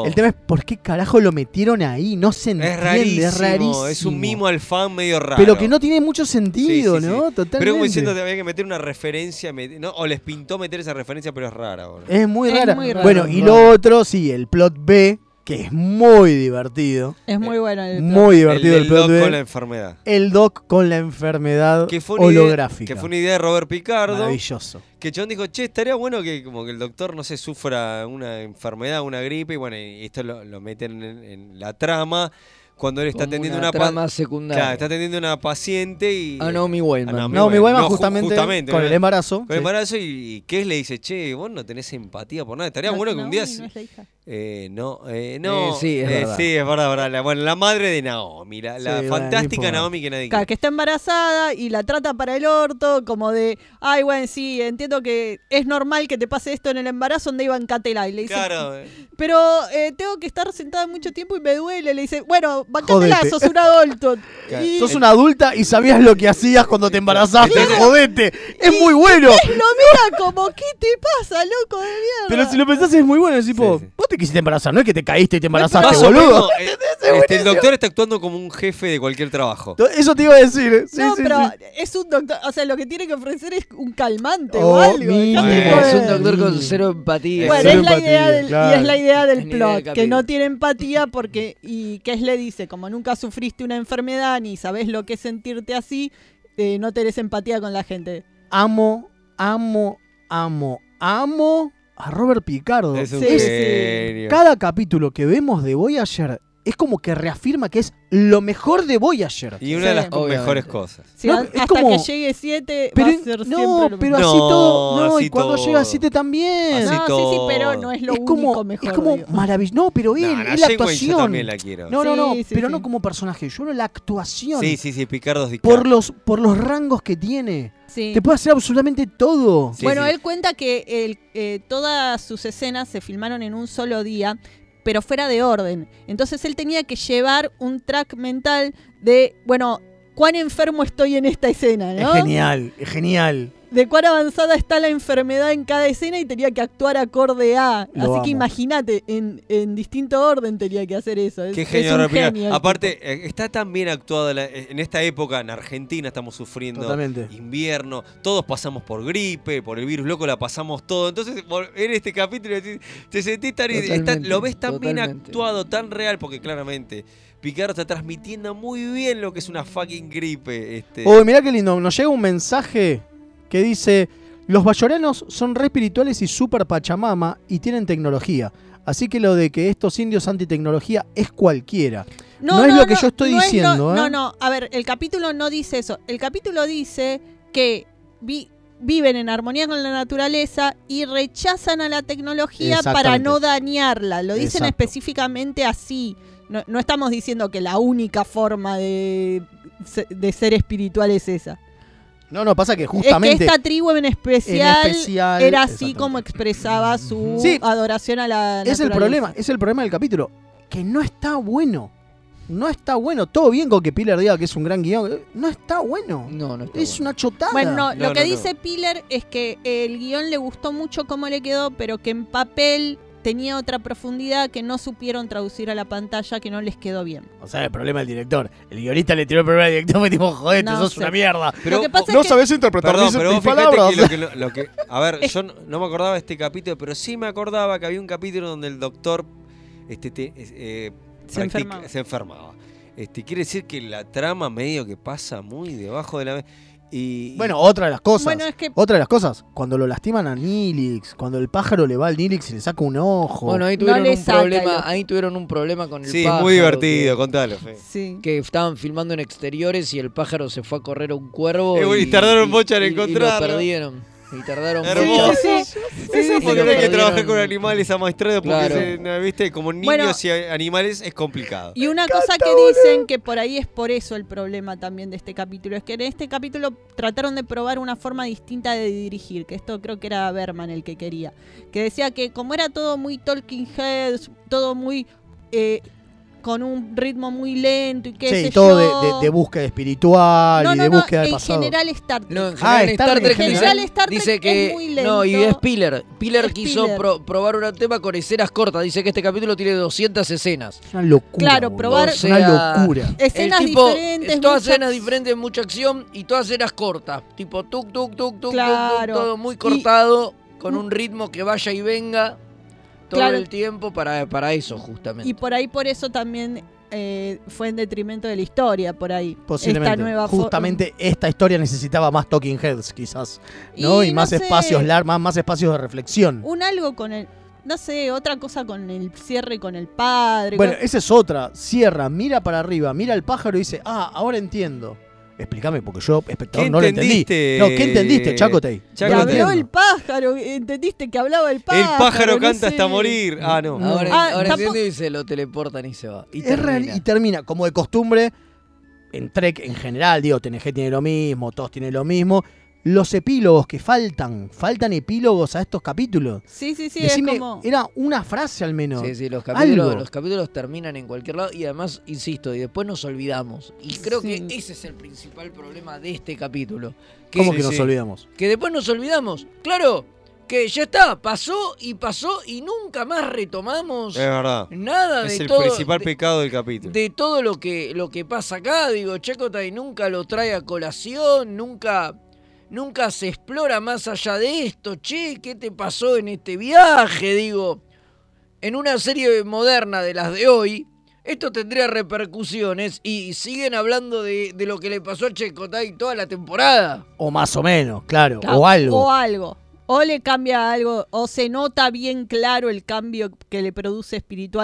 pasa? El tema es por qué carajo lo metieron ahí. No se entiende, Es rarísimo, es rarísimo. es un mimo al fan medio raro. Pero que no tiene mucho sentido, Sí, sí, sí. ¿no? Totalmente. Pero como diciendo que había que meter una referencia, met- no, o les pintó meter esa referencia, pero es rara. boludo. Es muy Es rara. muy raro. Bueno, y lo otro, sí, el plot B, que es muy divertido. Es muy bueno el plot. Muy divertido El el, del plot doc B. con la enfermedad. El doc con la enfermedad Que fue una idea- holográfica. que fue una idea de Robert Picardo. Maravilloso. Que John dijo, che, estaría bueno que como que el doctor, no sé, sufra una enfermedad, una gripe, y bueno, y esto lo, lo meten en, en la trama. Cuando él está Como atendiendo una una, pa- trama secundaria. Ah, Claro, está Ah, atendiendo una paciente y. A Naomi Weinman. A Naomi Weinman, ju- justamente, con ¿no? el embarazo, Con sí. el embarazo, y, que le dice, che, vos no tenés empatía por nada. Estaría No, bueno que un día. Naomi se- no es la hija. Eh, no, eh, no. Eh, sí, es eh, verdad. sí, es verdad, verdad. La, bueno, la madre de Naomi, la, la Sí, bueno, fantástica no importa. Naomi que nadie Claro, que está embarazada y la trata para el orto, como de, ay, bueno, sí, entiendo que es normal que te pase esto en el embarazo, donde iba en Catela. Y le dice, Claro, eh. pero eh, tengo que estar sentada mucho tiempo y me duele. Le dice, bueno, bancátela, Jodete. sos un adulto. Claro. Y- Sos una adulta y sabías lo que hacías cuando te embarazaste. Jodete. Es muy bueno. Lo mira como, ¿qué te pasa, loco de mierda? Pero si lo pensás es muy bueno. Es tipo, vos te quisiste embarazar, no es que te caíste y te embarazaste, Más o menos, boludo. eh, Es este, el buenísimo. doctor está actuando como un jefe de cualquier trabajo. Eso te iba a decir. Sí, no, sí, pero sí. es un doctor, o sea, lo que tiene que ofrecer es un calmante o Oh, algo. mínimo. dejate Es joder. un doctor con cero empatía. Bueno, Cero es la idea del, y claro. es la idea del Es la idea plot, del que capítulo. no tiene empatía porque, y que es le dice, como nunca sufriste una enfermedad ni sabes lo que es sentirte así, eh, no tenés empatía con la gente. Amo, amo, amo, amo a Robert Picardo. Es un Es- genio. Cada capítulo que vemos de Voyager es como que reafirma que es lo mejor de Voyager. Y una de las obviamente. mejores cosas. O sea, No, es hasta como- que llegue 7 va Pero, a en- ser no, siempre lo pero mismo. así No, todo. No, así y cuando todo. llega a 7 también. Así No, sí, sí, pero no es lo es único como, mejor. es como digo. maravilloso. No, pero él, No, no, es la Janeway yo actuación. también la quiero. No, no, no, Sí, sí, pero sí. no como personaje, yo no la actuación. Sí, sí, sí, Picardo es Dicardo. Por los, por los rangos que tiene. Sí. Te puede hacer absolutamente todo. Sí, bueno, sí. él cuenta que el- eh, todas sus escenas se filmaron en un solo día, pero fuera de orden. Entonces él tenía que llevar un track mental de, bueno, cuán enfermo estoy en esta escena, ¿no? Es genial, es genial. de cuán avanzada está la enfermedad en cada escena y tenía que actuar acorde a. Lo Así amo. que imagínate, en, en distinto orden tenía que hacer eso. Es, Qué es genio, un Rapiña. genio el Aparte, eh, está tan bien actuada la- eh, en esta época, en Argentina estamos sufriendo Totalmente. invierno, todos pasamos por gripe, por el virus loco, la pasamos todo. Entonces, vol- en este capítulo te, te sentís tan... Totalmente, está- lo ves tan bien totalmente. actuado, tan real, porque claramente Picaro está transmitiendo muy bien lo que es una fucking gripe. Este. Uy, mirá qué lindo. Nos llega un mensaje que dice: Los bayoranos son re espirituales y super pachamama y tienen tecnología. Así que lo de que estos indios antitecnología es cualquiera. No, es lo que yo estoy no es lo- diciendo. ¿eh? No, no, a ver, el capítulo no dice eso. El capítulo dice que vi- viven en armonía con la naturaleza y rechazan a la tecnología para Exactamente. no dañarla. Lo dicen Exacto. específicamente así. No, no estamos diciendo que la única forma de, se- de ser espiritual es esa. No, no, pasa que es que justamente. esta tribu en especial, en especial, era así como expresaba su Sí. adoración a la es el naturaleza. problema, es el problema del capítulo. Que no está bueno. No está bueno. Todo bien con que Pilar diga que es un gran guión. eh, No está bueno. No, no está Es una chotada. Bueno, no, lo que dice Piller es que el guión le gustó mucho cómo le quedó, pero que en papel tenía otra profundidad que no supieron traducir a la pantalla, que no les quedó bien. O sea, el problema del director. El guionista le tiró el problema al director. Me dijo, jodete, No sos sé. una mierda. Pero Lo que pasa no es que- sabés interpretar Perdón, mis, pero mis vos fíjate palabras. que lo que, lo- lo que- A ver, yo no, no me acordaba de este capítulo, pero sí me acordaba que había un capítulo donde el doctor este, te- es- eh, Se practic- enfermaba. se enfermaba. Este, quiere decir que la trama medio que pasa muy debajo de la... me- Y, y- Bueno, otra de las cosas. Oh. Bueno, es que- Otra de las cosas. Cuando lo lastiman a Nilix, cuando el pájaro le va al Nilix y le saca un ojo. Bueno, ahí No tuvieron le un saca problema, el ojo. ahí tuvieron un problema con el Sí, pájaro. muy divertido, que- contalo. Fe. Sí. Que estaban filmando en exteriores y el pájaro se fue a correr a un cuervo. Eh, bueno, y tardaron mucho en y- encontrarlo. Y lo perdieron. Y tardaron Hermoso. mucho. Eso sí, porque sí, no hay que perdieron. trabajar con animales amaestrados porque, Claro. se- no, viste, como niños Bueno. y a- animales es complicado. Y una cosa que dicen que por ahí es por eso el problema también de este capítulo, es que en este capítulo trataron de probar una forma distinta de dirigir, que esto creo que era Berman el que quería, que decía que como era todo muy Talking Heads, todo muy... eh, con un ritmo muy lento y qué sé Sí, todo de, yo. de- de búsqueda espiritual No, y no, de no, búsqueda de en pasado. general Star Trek. No, en general, Ah, Star Star Trek Trek en dice- general Star Trek dice es que muy no y lento. es Piller. Piller Es quiso Piller. pro- probar un tema con escenas cortas. Dice que este capítulo tiene 200 escenas. Es una locura. Claro, boludo. probar- Es una locura. Escenas el tipo, diferentes, Todas mucha escenas ac- diferentes, mucha acción y todas escenas cortas. Tipo tuk, tuk, tuk, tuk, tuk, Claro. tuk, todo muy Y- mm. cortado, con un ritmo que vaya y venga todo Claro. el tiempo para, para eso, justamente. Y por ahí por eso también eh, fue en detrimento de la historia, por ahí. Posiblemente. Esta nueva fo- Justamente esta historia necesitaba más talking heads, quizás. ¿no? Y, no más sé, Uh, espacios lar- más, más espacios de reflexión. Un algo con el... No sé, otra cosa con el cierre con el padre. Bueno, eh, con- esa es otra. Cierra, mira para arriba, mira al pájaro y dice, ah, ahora entiendo. Explícame, porque yo, espectador, ¿Qué no lo entendí. entendiste? No, ¿qué entendiste, Chacotey? Que Chaco, No lo te- entiendo. habló el pájaro, entendiste que hablaba el pájaro. El pájaro no canta sé. hasta morir. Ah, no. Ahora, Ah, ahora tampoco- entiendo y se lo teleportan y se va. Y Es real- termina. y termina, como de costumbre, en Trek en general, digo, TNG tiene lo mismo, todos tienen lo mismo. Los epílogos que faltan, faltan epílogos a estos capítulos. Sí, sí, sí, Decime, es como... era una frase al menos. Sí, sí, los capítulos, Algo. los capítulos terminan en cualquier lado y además, insisto, y después nos olvidamos. Y creo Sí. que ese es el principal problema de este capítulo. Que, ¿Cómo Sí, que nos sí. olvidamos? que después nos olvidamos. Claro, que ya está, pasó y pasó y nunca más retomamos Es verdad. nada Eh, Es de el todo. principal de- pecado del capítulo. de todo lo que, lo que pasa acá, digo, Chacotay nunca lo trae a colación, nunca, nunca se explora más allá de esto, che, ¿qué te pasó en este viaje? Digo, en una serie moderna de las de hoy, esto tendría repercusiones y siguen hablando de, de lo que le pasó a Chacotay toda la temporada. O más o menos, claro. Claro, o algo. O algo. O le cambia algo, o se nota bien claro el cambio que le produce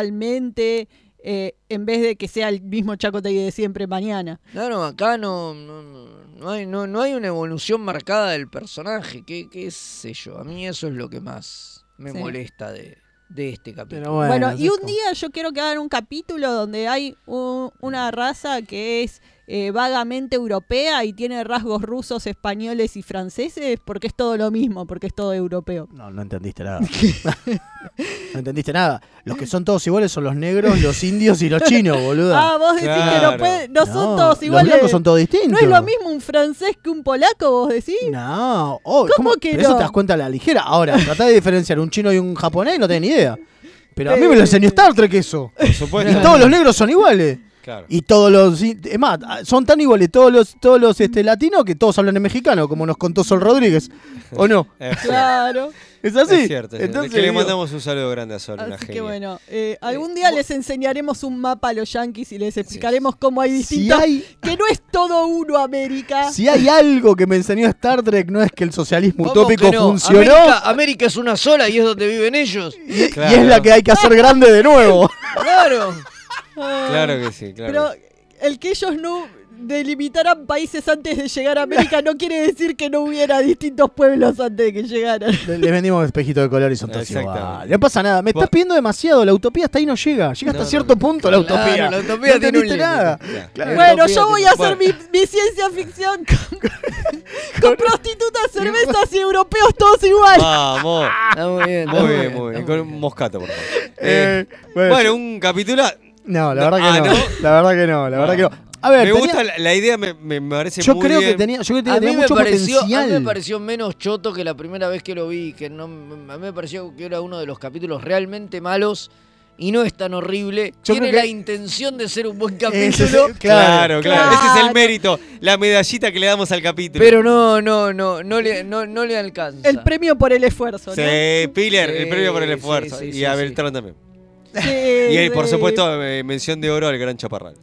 espiritualmente, eh, en vez de que sea el mismo Chacotay de siempre mañana. No, no, acá no, no, no- no hay, no, no hay una evolución marcada del personaje, qué, qué sé yo, a mí eso es lo que más me Sí. molesta de, de este capítulo. Pero Bueno, bueno, y es un como- día yo quiero que hagan un capítulo donde hay u- una raza que es eh, vagamente europea y tiene rasgos rusos, españoles y franceses, porque es todo lo mismo, porque es todo europeo. No, no entendiste nada. no entendiste nada. Los que son todos iguales son los negros, los indios y los chinos, boluda. Ah, vos decís que no, Claro. puede- no son No, todos los iguales. blancos son todos distintos. No es lo mismo un francés que un polaco, vos decís. No, oh, ¿Cómo ¿cómo? que Pero eso no? te das cuenta a la ligera. Ahora, tratá de diferenciar un chino y un japonés y no tenés ni idea. Pero a Eh, mí me lo enseñó Star Trek eso. Por supuesto. Y todos los negros son iguales. Claro. Y todos los. Es más, ah, son tan iguales todos los, todos los este, latinos que todos hablan en mexicano, como nos contó Sol Rodríguez. ¿O no? Es cierto. Claro. ¿Es así? Es cierto, es cierto. Entonces, Que le digo- mandamos un saludo grande a Sol, una Así que genia. bueno, eh, algún día les enseñaremos un mapa a los yanquis y les explicaremos cómo hay distintos. hay- Que no es todo uno América. Si hay algo que me enseñó Star Trek, no es que el socialismo ¿Cómo utópico que no? funcionó América, América es una sola y es donde viven ellos. y es la que hay que hacer grande de nuevo. Claro. Ah, Claro que sí, claro. Pero el que ellos no delimitaran países antes de llegar a América no quiere decir que no hubiera distintos pueblos antes de que llegaran. Les vendimos espejitos de color y son todos Exactamente. iguales. No pasa nada. Me estás pidiendo demasiado. La utopía hasta ahí no llega. Llega hasta No, cierto punto la Claro, utopía. la utopía no tiene un límite. entendiste nada. Claro. Claro. Bueno, yo voy a Bueno. hacer mi, mi ciencia ficción con, con prostitutas, cervezas y europeos todos Ah, iguales. Vamos. muy bien, Muy está muy bien, bien, muy bien. Con un moscato, por favor. Eh, Eh, bueno. Eh, bueno, un capítulo. No, la verdad que Ah, no. ¿no? Ah. La verdad que no. La verdad que no. A ver, me tenía- gusta la, la idea, me, me parece yo muy creo que bien. tenía, yo creo que A tenía mí, me este mucho pareció, a mí potencial. me pareció menos choto que la primera vez que lo vi, que no, a mí me pareció que era uno de los capítulos realmente malos y no es tan horrible. Yo Tiene creo que- la intención de ser un buen Ese es- capítulo, Claro, claro, Ese es Claro. el mérito, la medallita que le damos al capítulo. pero no, no, no, no le, no, no le alcanza. El premio por el esfuerzo. ¿no? Sí, Piller, Sí, el premio por el sí, esfuerzo. sí, y sí, a sí. Beltrán también. Sí, Y eh, por sí. supuesto, eh, mención de oro al gran chaparral.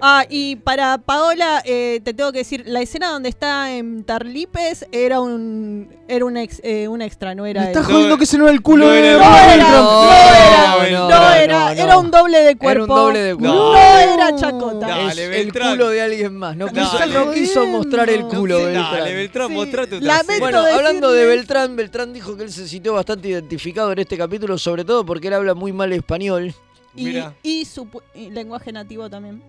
Ah, y para Paola, eh, te tengo que decir, la escena donde está en Tarlipes era un era un, ex- eh, un extra, no era Me él. estás No, jodiendo que ese no era el culo no de era- No Donald era, Trump. no No, era, no, no, no, era, no. era un doble de cuerpo. Era un doble de cuerpo. No, No. era chacota. Dale, es el Beltrán. culo de alguien más. No Dale. quiso, no quiso mostrar el culo, Dale, Beltrán. Beltrán, Sí, mostrate un lamento trasero. Bueno, decirle- hablando de Beltrán, Beltrán dijo que él se sintió bastante identificado en este capítulo, sobre todo porque él habla muy mal español. y, Mira. y su pu- y lenguaje nativo también.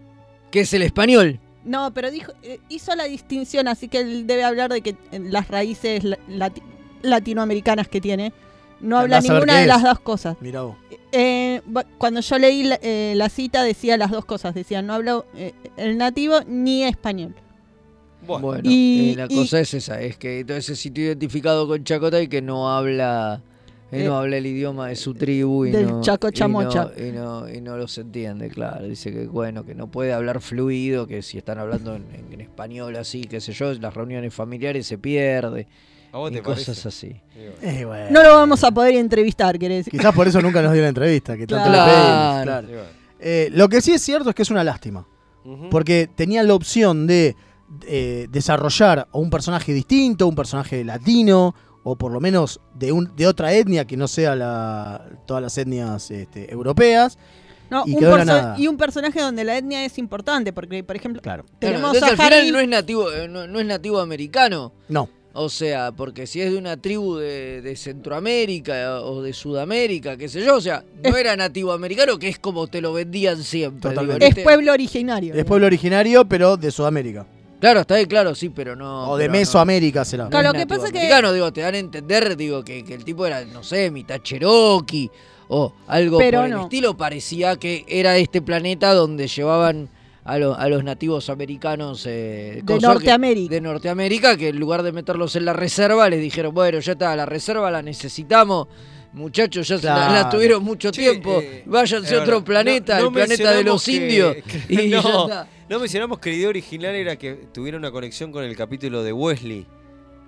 ¿Qué es el español? No, pero dijo, eh, hizo la distinción, así que él debe hablar de que eh, las raíces la- lati- latinoamericanas que tiene. No Andá habla a saber ninguna qué de es. las dos cosas. Mirá vos. Eh, ba- cuando yo leí la, eh, la cita decía las dos cosas, decía no hablo eh, el nativo ni español. Bueno, Bueno, Y- eh, la y- cosa es esa, es que entonces se sintió identificado con Chacota y que no habla, eh, no Eh, habla el idioma de su tribu y del no, Chaco y no- Chamocha. y no, y no los entiende, claro. Dice que bueno, que no puede hablar fluido, que si están hablando en, en- en español así, qué sé yo, las reuniones familiares se pierde ¿A vos y te cosas parece? así. Digo, Eh, bueno. No lo vamos a poder entrevistar, quiere decir. Quizás por eso nunca nos dio la entrevista, que tanto Claro. le pedimos. Claro. digo, Eh, lo que sí es cierto es que es una lástima. ujú. Porque tenía la opción de eh, desarrollar a un personaje distinto, un personaje latino, o por lo menos de, un, de otra etnia que no sea la, todas las etnias este, europeas. No, Y un quedó en la perso- nada. y un personaje donde la etnia es importante, porque por ejemplo Claro. Claro, tenemos entonces, a al Harry. final no es nativo, eh, no, no es nativo americano. No. O sea, porque si es de una tribu de, de Centroamérica o de Sudamérica, qué sé yo, o sea, no era nativo americano, que es como te lo vendían siempre. digo, Totalmente. en es este- pueblo originario. Es pueblo originario, pero de Sudamérica. Claro, está ahí, claro, sí, pero no. o de pero no- Mesoamérica será. no Claro, es lo que pasa es que- nativoamericano, digo, te dan a entender, digo, que, que el tipo era, no sé, mitad Cherokee o algo Pero por el no. estilo. Parecía que era este planeta donde llevaban a, lo- a los nativos americanos eh, de coso, que- Norteamérica. de Norteamérica que en lugar de meterlos en la reserva les dijeron, bueno, ya está, la reserva la necesitamos. Muchachos, ya se la- la, Claro. tuvieron mucho Che, tiempo. eh, Váyanse a es otro verdad. planeta, No- no el planeta de los mencionamos que- indios. que- Y ya no. está. No mencionamos que la idea original era que tuviera una conexión con el capítulo de Wesley.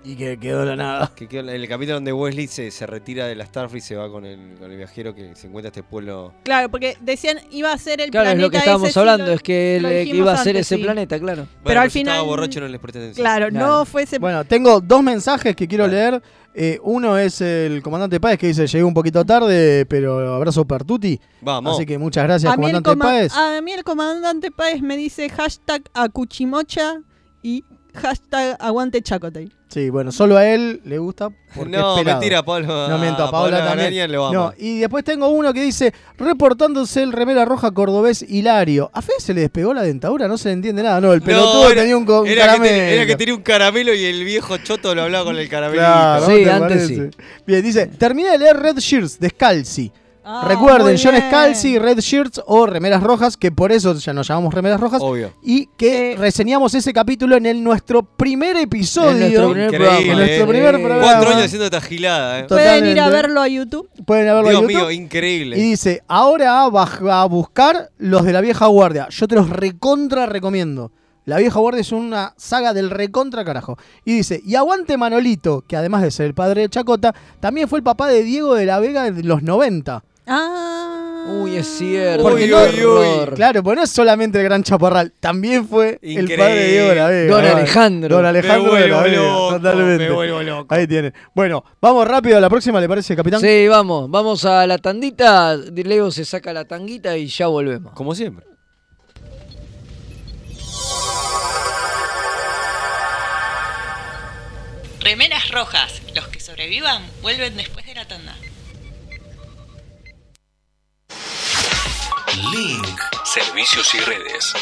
Y que quedó la nada. Que quedó- el capítulo donde Wesley se, se retira de la Starfleet y se va con el, con el viajero que se encuentra este pueblo. Claro, porque decían iba a ser el Claro, es planeta lo que ese, estábamos sí, hablando, lo- es que, el- lo eh, que dijimos iba a ser antes, ese sí. planeta, claro. Bueno, Pero al yo pues, Estaba final- borracho, no les presté atención. Claro, Claro. no fue ese Bueno, tengo dos mensajes que quiero leer. Eh, uno es el comandante Páez que dice, llegué un poquito tarde, pero abrazo per tutti. Vamos. Así que muchas gracias, a mí, el comandante coma- Páez. a mí el comandante Páez me dice hashtag acuchimocha y Hashtag aguante Chacotay. Sí, bueno, solo a él le gusta. Porque No, es pelado. mentira, Pablo- No miento, a a Pablo Paola también. Ganarian lo ama. No, y después tengo uno que dice: reportándose el remera roja cordobés Hilario. A Fe se le despegó la dentadura, no se le entiende nada. No, el pelotudo era- tenía un, co- un era que, caramelo. te- era que tenía un caramelo y el viejo choto lo hablaba con el caramelo. Claro, ¿no te parece? Bien, dice: terminé de leer Red Shirts de Scalzi. Ah, Recuerden, Ah, muy John bien. Scalzi, Red Shirts o Remeras Rojas, que por eso ya nos llamamos Remeras Rojas. Obvio. Y Eh. que reseñamos ese capítulo en el, nuestro primer episodio. Increíble, En nuestro eh. primer programa. Cuatro años haciendo esta gilada. eh. Pueden ir a Totalmente. verlo a YouTube. Pueden verlo en Dios YouTube. mío, increíble. Y dice, ahora vas a buscar los de la vieja guardia. Yo te los recontra recomiendo. La vieja guardia es una saga del recontra carajo. Y dice, y aguante Manolito, que además de ser el padre de Chacota, también fue el papá de Diego de la Vega de los 90. Ah. Uy, es cierto. Porque qué no- horror. Claro, porque no es solamente el gran chaparral, también fue el padre de Diego de la Vega. Don Vale. Alejandro. Don Alejandro Me de la vuelvo Vega, loco, totalmente. me vuelvo loco. Ahí tienen. Bueno, vamos rápido a la próxima, ¿le parece, capitán? Sí, vamos, vamos a la tandita. Leo se saca la tanguita y ya volvemos. Como siempre. Remeras rojas. Los que sobrevivan vuelven después de la tanda. Link. Servicios y redes.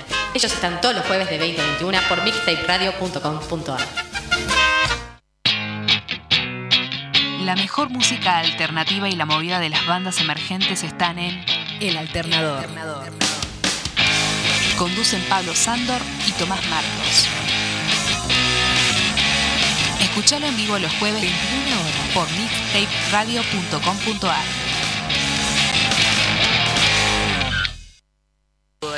Ellos están todos los jueves de 20 a 21 por mixtaperadio.com.ar. La mejor música alternativa y la movida de las bandas emergentes están en El Alternador. Conducen Pablo Sándor y Tomás Marcos. Escuchalo en vivo los jueves 21 horas por mixtaperadio.com.ar. Toda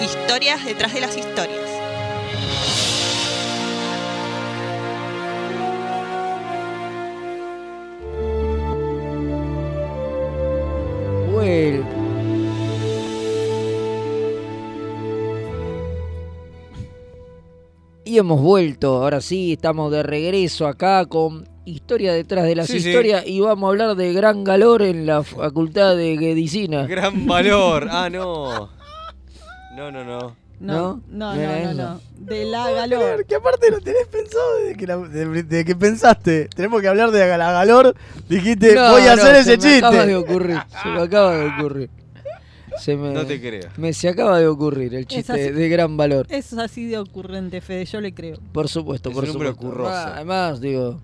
Historias detrás de las historias. Vuelve. Y hemos vuelto, ahora sí, estamos de regreso acá con historia detrás de las Sí, sí. historias y vamos a hablar de gran valor en la facultad de medicina. Gran valor. Ah, no. No, no, no. No, no, no, no. no, De la galor. Claro, que aparte lo tenés pensado desde que, la- de- de que pensaste. Tenemos que hablar de Galor. Dijiste, No, voy a no, hacer se ese me Acaba de chiste. ocurrir, se me acaba de ocurrir. Se me, No te creo. Me se acaba de ocurrir el así. chiste de gran valor. Eso es así de ocurrente, Fede, yo le creo. Por supuesto, Es por un hombre supuesto. ocurroso. Ah, Además, digo,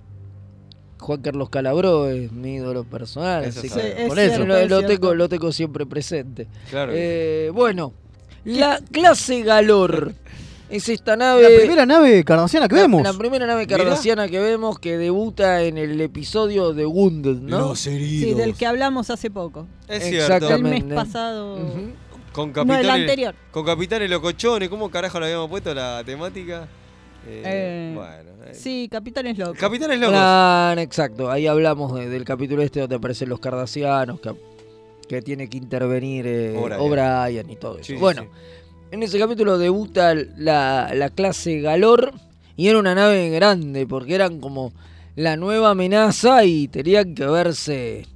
Juan Carlos Calabró es mi ídolo personal, Eso así está que bien. Sí, es por eso cierto, lo, es lo cierto. tengo, lo tengo siempre presente. Claro. Eh, bueno, la clase Galor es esta nave. La primera nave cardaciana que la- vemos. La primera nave cardaciana que vemos que debuta en el episodio de Wounded, ¿no? Los heridos. Sí, del que hablamos hace poco. Es cierto. El mes Exactamente. pasado. Con No, el capitanes, anterior. Con capitanes locochones, ¿cómo carajo le habíamos puesto la temática? Eh, Eh, bueno. eh. Sí, Capitán es loco. Capitanes locos. Claro, exacto. Ahí hablamos de- del capítulo este donde aparecen los cardasianos, que, que tiene que intervenir eh, O'Brien. O'Brien y todo eso. Sí, sí, bueno, sí. en ese capítulo debuta la, la clase Galor y era una nave grande porque eran como la nueva amenaza y tenían que verse...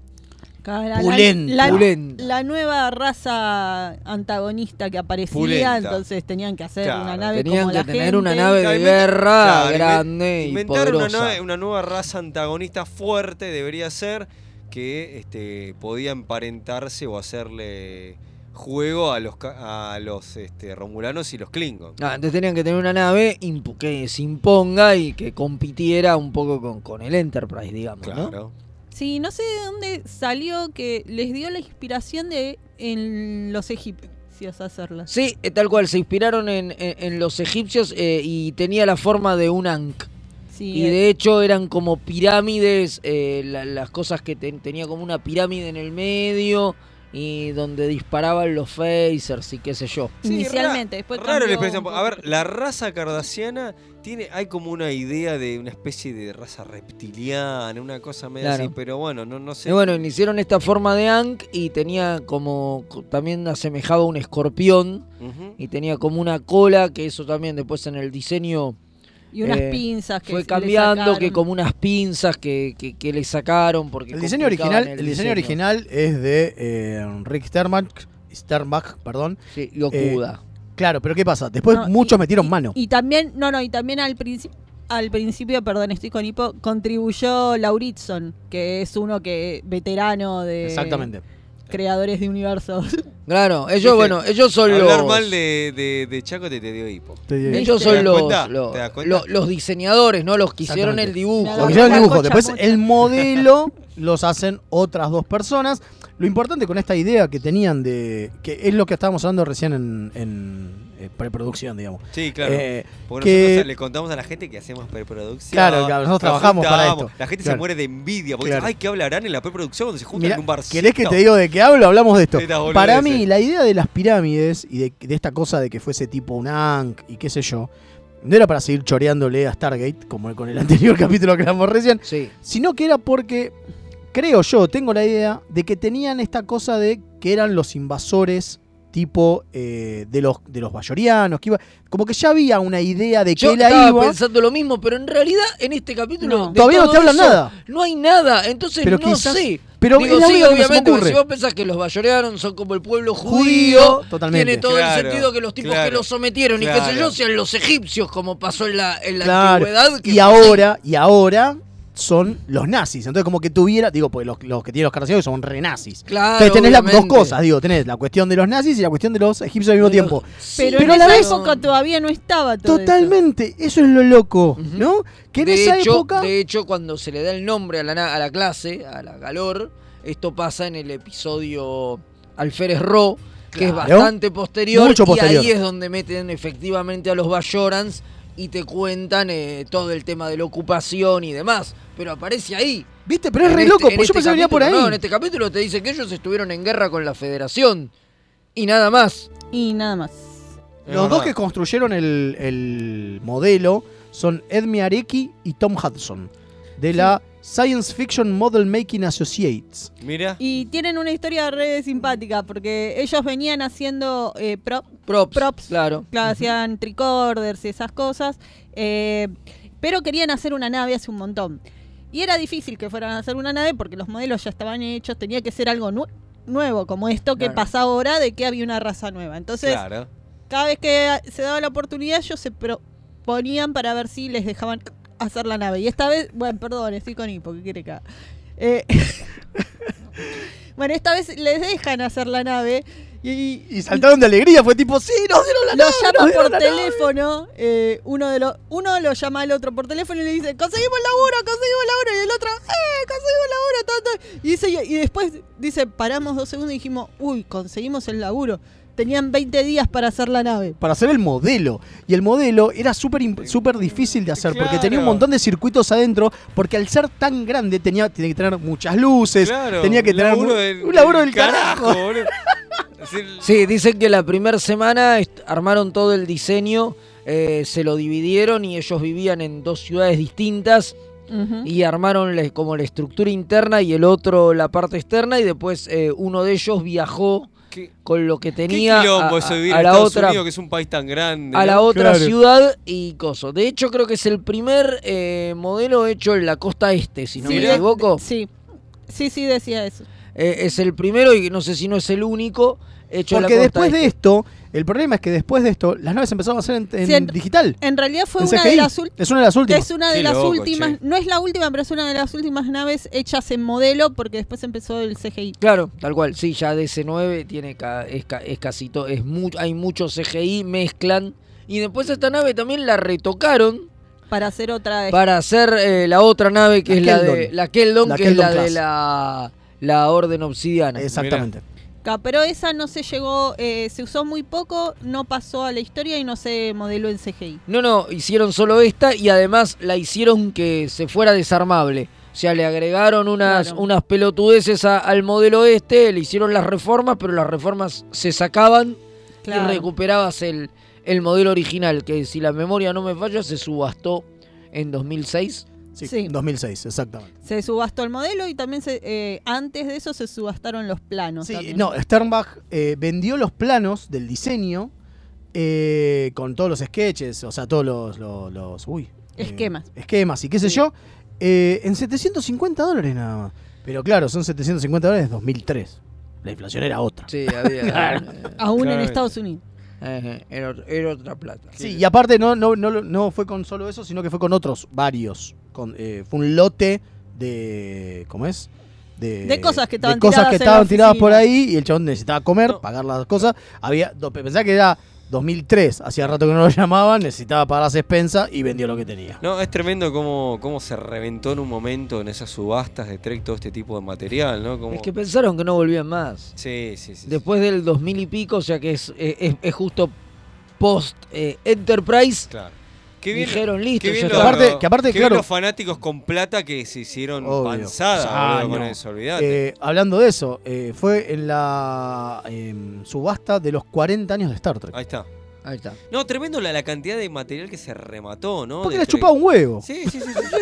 Cara, la- Pulenta. La, Pulenta. la nueva raza antagonista que aparecía, Pulenta. entonces tenían que hacer Claro, una nave tenían como que la tener gente. una nave de Claro, invent- guerra claro, inven- grande y Inventar una, poderosa. nue- una nueva raza antagonista fuerte debería ser que este, podía emparentarse o hacerle juego a los, ca- a los este, romulanos y los klingons. Ah, entonces tenían que tener una nave impu- que se imponga y que compitiera un poco con, con el Enterprise, digamos. ¿no? Claro. Sí, no sé de dónde salió que les dio la inspiración de en los egipcios hacerla. Sí, eh, tal cual, se inspiraron en, en- en los egipcios eh, y tenía la forma de un Ankh. Sí, Y eh, de hecho eran como pirámides, eh, la- las cosas que ten- tenía como una pirámide en el medio y donde disparaban los phasers y qué sé yo. inicialmente, después Raro la cambió experiencia. un poco. A ver, la raza cardasiana tiene, hay como una idea de una especie de raza reptiliana, una cosa medio Claro. así, pero bueno, no, no sé. Y bueno, hicieron esta forma de Ankh y tenía como, co- también asemejaba a un escorpión Ujú. y tenía como una cola, que eso también después en el diseño... Y unas eh, pinzas que fue le cambiando, que sacaron. como unas pinzas que, que, que le sacaron. Porque El diseño complicaban original, el diseño original es de eh, Rick Sternbach, Sternbach, perdón. Sí, y Eh, Okuda. claro, pero ¿qué pasa? Después No, muchos metieron mano. Y también, no, no, y también al principio, al principio, perdón, estoy con hipo, contribuyó Lauritson, que es uno que veterano eh, de Exactamente. creadores de universos. Claro, ellos, Viste, bueno, ellos son Hablar los. mal de, de, de Chaco te, te dio hipo. Te dio Ellos ¿Te son das los, cuenta? los, ¿Te das cuenta? los- los diseñadores, ¿no? Los que hicieron el Exactamente. dibujo. Lo que hicieron el dibujo. Después el modelo los hacen otras dos personas. Lo importante con esta idea que tenían de. que es lo que estábamos hablando recién en, en, eh, preproducción, digamos. Sí, claro. Eh, Porque que- nosotros le contamos a la gente que hacemos preproducción. Claro, claro, nosotros nos trabajamos para juntamos. esto. La gente Claro. se muere de envidia porque Claro. dice, ay, ¿qué hablarán en la preproducción cuando se juntan Mirá, en un barcito? ¿Querés que te digo de qué hablo? Hablamos de esto. Estas boludeces. Para mí, la idea de las pirámides y de, de esta cosa de que fuese tipo un Ankh y qué sé yo, no era para seguir choreándole a Stargate, como con el anterior capítulo que hablamos recién, Sí. sino que era porque, creo yo, tengo la idea de que tenían esta cosa de que eran los invasores tipo eh, de los de los bayorianos, que iba, como que ya había una idea de que Yo él ahí estaba iba. pensando lo mismo, pero en realidad en este capítulo. No. de Todavía no todo te hablan eso, nada. No hay nada, entonces Pero no quizás- sé. pero Digo, es la sí, única que se me obviamente, porque ocurre. si vos pensás que los bayoreanos son como el pueblo Judío, judío, totalmente. tiene todo Claro, el sentido que los tipos que claro, los sometieron y qué sé claro. yo sean los egipcios, como pasó en la, en la Claro. antigüedad. que y fue ahora, y ahora son los nazis. Entonces, como que tuviera, digo, pues los, los que tienen los carraciados son renazis. Claro, Entonces tenés las dos obviamente. cosas, digo, tenés la cuestión de los nazis y la cuestión de los egipcios al mismo tiempo. Pero, Pero a en la esa vez- época todavía no estaba todo Totalmente, eso es lo loco, ¿no? Que en de esa hecho, época. De hecho, cuando se le da el nombre a la, na- a la clase, a la calor, esto pasa en el episodio Alférez Ro, que es Claro. bastante posterior. Mucho posterior. Y ahí es donde meten efectivamente a los Bayorans y te cuentan eh, todo el tema de la ocupación y demás. Pero aparece ahí. ¿Viste? Pero es En re este- loco, en porque yo este pensé que venía por ahí. capítulo, No, en este capítulo te dice que ellos estuvieron en guerra con la Federación. Y nada más. Y nada más. Los dos que construyeron el, el modelo son Ed Miarecki y Tom Hudson, de la Science Fiction Model Making Associates. Mira. Y tienen una historia re simpática, porque ellos venían haciendo eh, prop- props, Claro. claro, hacían tricorders y esas cosas, eh, pero querían hacer una nave hace un montón. Y era difícil que fueran a hacer una nave porque los modelos ya estaban hechos, tenía que ser algo nu- nuevo, como esto que Claro. pasa ahora de que había una raza nueva. Entonces, Claro. cada vez que se daba la oportunidad, ellos se proponían para ver si les dejaban hacer la nave. Y esta vez, bueno, perdón, estoy con hipo, que quiere acá. bueno, esta vez les dejan hacer la nave. Y, Y saltaron de alegría, fue tipo, sí, nos dieron la lo nave, nos llama dieron por la nave". teléfono, eh, uno de los, uno lo llama al otro por teléfono y le dice, conseguimos laburo, conseguimos laburo, y el otro, eh, conseguimos laburo, todo, todo". Y dice, y después dice, paramos dos segundos y dijimos, uy, conseguimos el laburo. Tenían 20 días para hacer la nave. para hacer el modelo. Y el modelo era súper imp- súper difícil de hacer porque tenía un Claro. montón de circuitos adentro, porque al ser tan grande tenía, tenía que tener muchas luces, Claro, tenía que un tener laburo mu- del- un laburo del del carajo, carajo. boludo. Sí, dicen que la primera semana est- armaron todo el diseño, eh, se lo dividieron y ellos vivían en dos ciudades distintas y armaron la- como la estructura interna y el otro la parte externa y después eh, uno de ellos viajó con lo que ¿Qué tenía a, quilombo eso de vivir a en la Estados otra Unidos, que es un país tan grande? a la ¿no? otra ciudad y coso. De hecho, creo que es el primer eh, modelo hecho en la costa este, si no Sí, me de- equivoco. Sí, sí, sí, decía eso. Eh, es el primero y no sé si no es el único hecho en la Porque costa después este. de esto, el problema es que después de esto, las naves empezaron a ser en, en Sí, en- digital. En realidad fue En una de CGI. las últimas. Es una de las últimas. Es una de Qué las loco, últimas. No es la última, pero es una de las últimas naves hechas en modelo porque después empezó el CGI. Claro, tal cual, sí, ya DC9 tiene ca- es, ca- es casi todo, es mu- hay mucho CGI, mezclan. Y después esta nave también la retocaron Para hacer otra vez. para hacer eh, la otra nave que La es la de Keldon. la Keldon, La que Keldon es la de Class. la, la Orden Obsidiana. Exactamente. Ca- Pero esa no se llegó, eh, se usó muy poco, no pasó a la historia y no se modeló en CGI. No, no, hicieron solo esta y además la hicieron que se fuera desarmable. O sea, le agregaron unas, unas pelotudeces a- al modelo este, le hicieron las reformas, pero las reformas se sacaban Claro. y recuperabas el, el modelo original, que si la memoria no me falla, se subastó en 2006. Sí, 2006, exactamente. Se subastó el modelo y también se, eh, antes de eso se subastaron los planos. Sí, también. no, Sternbach eh, vendió los planos del diseño eh, con todos los sketches, o sea, todos los, los, los- uy, eh, Esquemas. esquemas y qué sé yo, eh, en 750 dólares nada más. Pero claro, son 750 dólares 2003. La inflación era otra. Sí, había. Claro. Aún en Estados Unidos. Ajá, eh, Era, ot- era otra plata. Sí, y aparte no, no, no, no fue con solo eso, sino que fue con otros varios. Con, eh, fue un lote de. ¿Cómo es? De, De cosas de que estaban cosas tiradas que en la estaban tiradas por oficina. ahí y el chabón necesitaba comer, pagar las cosas. Había, do- pensá que era 2003, hacía rato que no lo llamaban, necesitaba pagar las expensas y vendió lo que tenía. No, es tremendo cómo, cómo se reventó en un momento en esas subastas de Trek todo este tipo de material, ¿no? Como... Es que pensaron que no volvían más. Sí, sí, sí. Después del 2000 y pico, o sea que es, eh, es, es justo post eh, Enterprise. Claro. dijeron listo. qué ya bien los- está. Aparte- que aparte, qué bien claro- los fanáticos con plata que se hicieron Obvio. panzada Ah, boludo, con no. eso, olvidate. Eh, hablando de eso, eh, fue en la em, subasta de los 40 años de Star Trek. Ahí está. Ahí está. No, tremendo la, la cantidad de material que se remató, ¿no? Porque De les Trek. chupaba un huevo. Sí, sí, sí. sí, sí.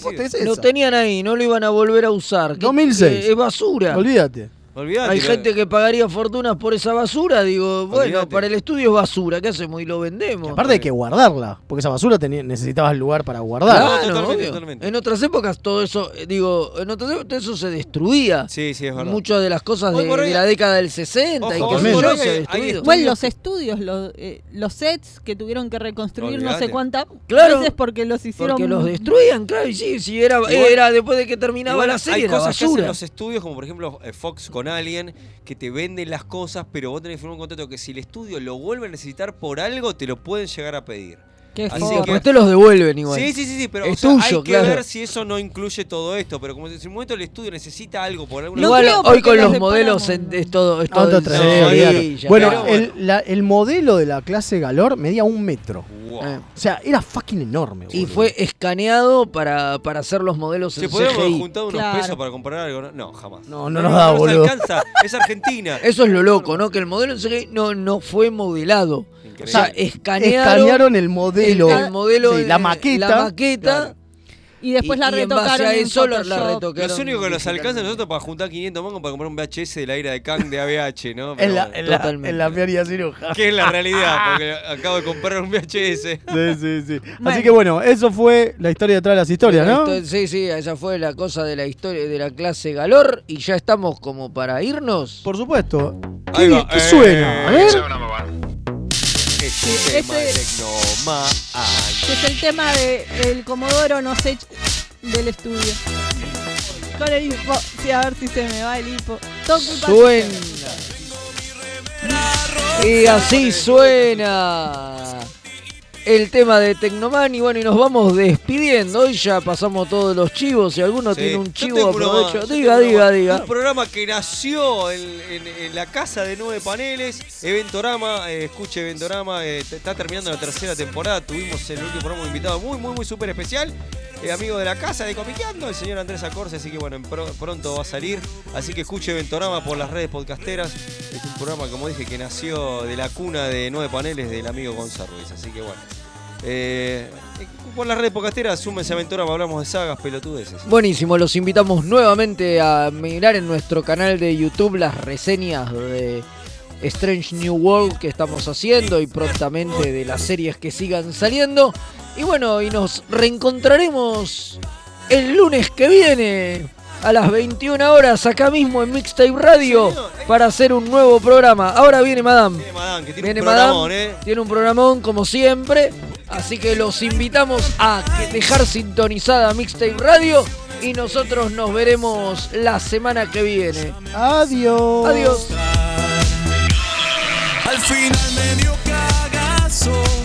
Coincido. Lo tenían ahí, no lo iban a volver a usar. ¿Qué- 2006. qué- Es basura. Olvídate. Olvidate, Hay claro. gente que pagaría fortunas por esa basura. Digo, bueno, Olvídate. para el estudio es basura. ¿Qué hacemos? Y lo vendemos. Aparte hay que guardarla, porque esa basura tenía- necesitabas lugar para guardarla. Claro, obvio. En otras épocas todo eso, eh, digo, en otras épocas todo eso se destruía. Sí, sí, es verdad. Muchas de las cosas de, Hoy por hoy- de la década del 60 y Ojo, qué hoy sé por yo, hoy se hay- hay destruía. Bueno, los estudios, los, eh, los sets que tuvieron que reconstruir no Olvidate. sé cuántas Claro. veces porque los hicieron. Porque los destruían, claro, y sí, sí, era, Igual- era después de que terminaba Igual la serie, hay era cosas que hacen basura. los estudios, como por ejemplo eh, Fox con Alien, que te venden las cosas, pero vos tenés que firmar un contrato que si el estudio lo vuelve a necesitar por algo, te lo pueden llegar a pedir. Qué Así forra. que- Pues te los devuelven igual. Sí, sí, sí, sí, pero o Es sea, hay tuyo, que claro. ver si eso no incluye todo esto. Pero como si en un momento el estudio necesita algo por alguna Igual hoy con los modelos en- es todo, es No, todo no, en tres, sí, olvídate. ya bueno, está. el, la- el modelo de la clase Galor medía un metro. O sea, era fucking enorme. Ah. y fue escaneado para, para hacer los modelos Se en podríamos haber CGI. juntado unos pesos para comprar algo. No, No, jamás. No, no nos da, boludo. alcanza. Es Argentina. Eso es lo loco, ¿no? Que el modelo en CGI no, no fue modelado. O sea, escanearon, escanearon el modelo. el- el modelo, Sí, la eh, maqueta. la maqueta. Y después Y- la y en retocaron. base a en eso la- la Photoshop. retocaron. Los únicos que nos digitalmente. alcanza a nosotros para juntar 500 mangos para comprar un VHS del aire de Kang de ABH, ¿no? Pero En la, bueno. en la- en la feria cirujana. Que es la realidad, porque acabo de comprar un VHS. Sí, sí, sí. Así que bueno, eso fue la historia detrás de las historias, ¿no? Entonces, sí, sí, esa fue la cosa de la historia de la clase Galor y ya estamos como para irnos. Por supuesto. Ahí ¿Qué, va, qué eh, suena? A ver. Sí, Tema este- Tecnomaniac. que es el tema de el Comodoro no sé del estudio. Con el hipo, sí, a ver si se me va el hipo. Todo culpa Suena. suya. Y así suena el tema de Tecnoman. Y bueno, y nos vamos despidiendo. Hoy ya pasamos todos los chivos. Si alguno Sí. tiene Yo un chivo, tengo uno aprovecho. más, yo diga, tengo uno diga, más. diga. Un programa que nació en, en- en la casa de nueve paneles, Eventorama, eh, escuche Eventorama, eh, te- está terminando la tercera temporada, tuvimos el último programa un invitado muy, muy, muy súper especial, eh, amigo de la casa de Comiqueando, el señor Andrés Acorce, así que bueno, en pro- pronto va a salir, así que escuche Eventorama por las redes podcasteras, es un programa, como dije, que nació de la cuna de nueve paneles del amigo Gonzalo Ruiz, así que bueno. eh, por las redes podcasteras, súmense a Eventorama, hablamos de sagas pelotudeces. Buenísimo, los invitamos nuevamente a mirar en nuestro canal de YouTube las reseñas de Strange New World que estamos haciendo y prontamente de las series que sigan saliendo. Y bueno, y nos reencontraremos el lunes que viene a las 21 horas acá mismo en Mixtape Radio para hacer un nuevo programa. Ahora viene Madame. Viene Madame, que tiene Viene un Madame, programón, ¿eh? tiene un programón como siempre. Así que los invitamos a que- dejar sintonizada Mixtape Radio y nosotros nos veremos la semana que viene. Adiós. Adiós. Al final me dio cagazo.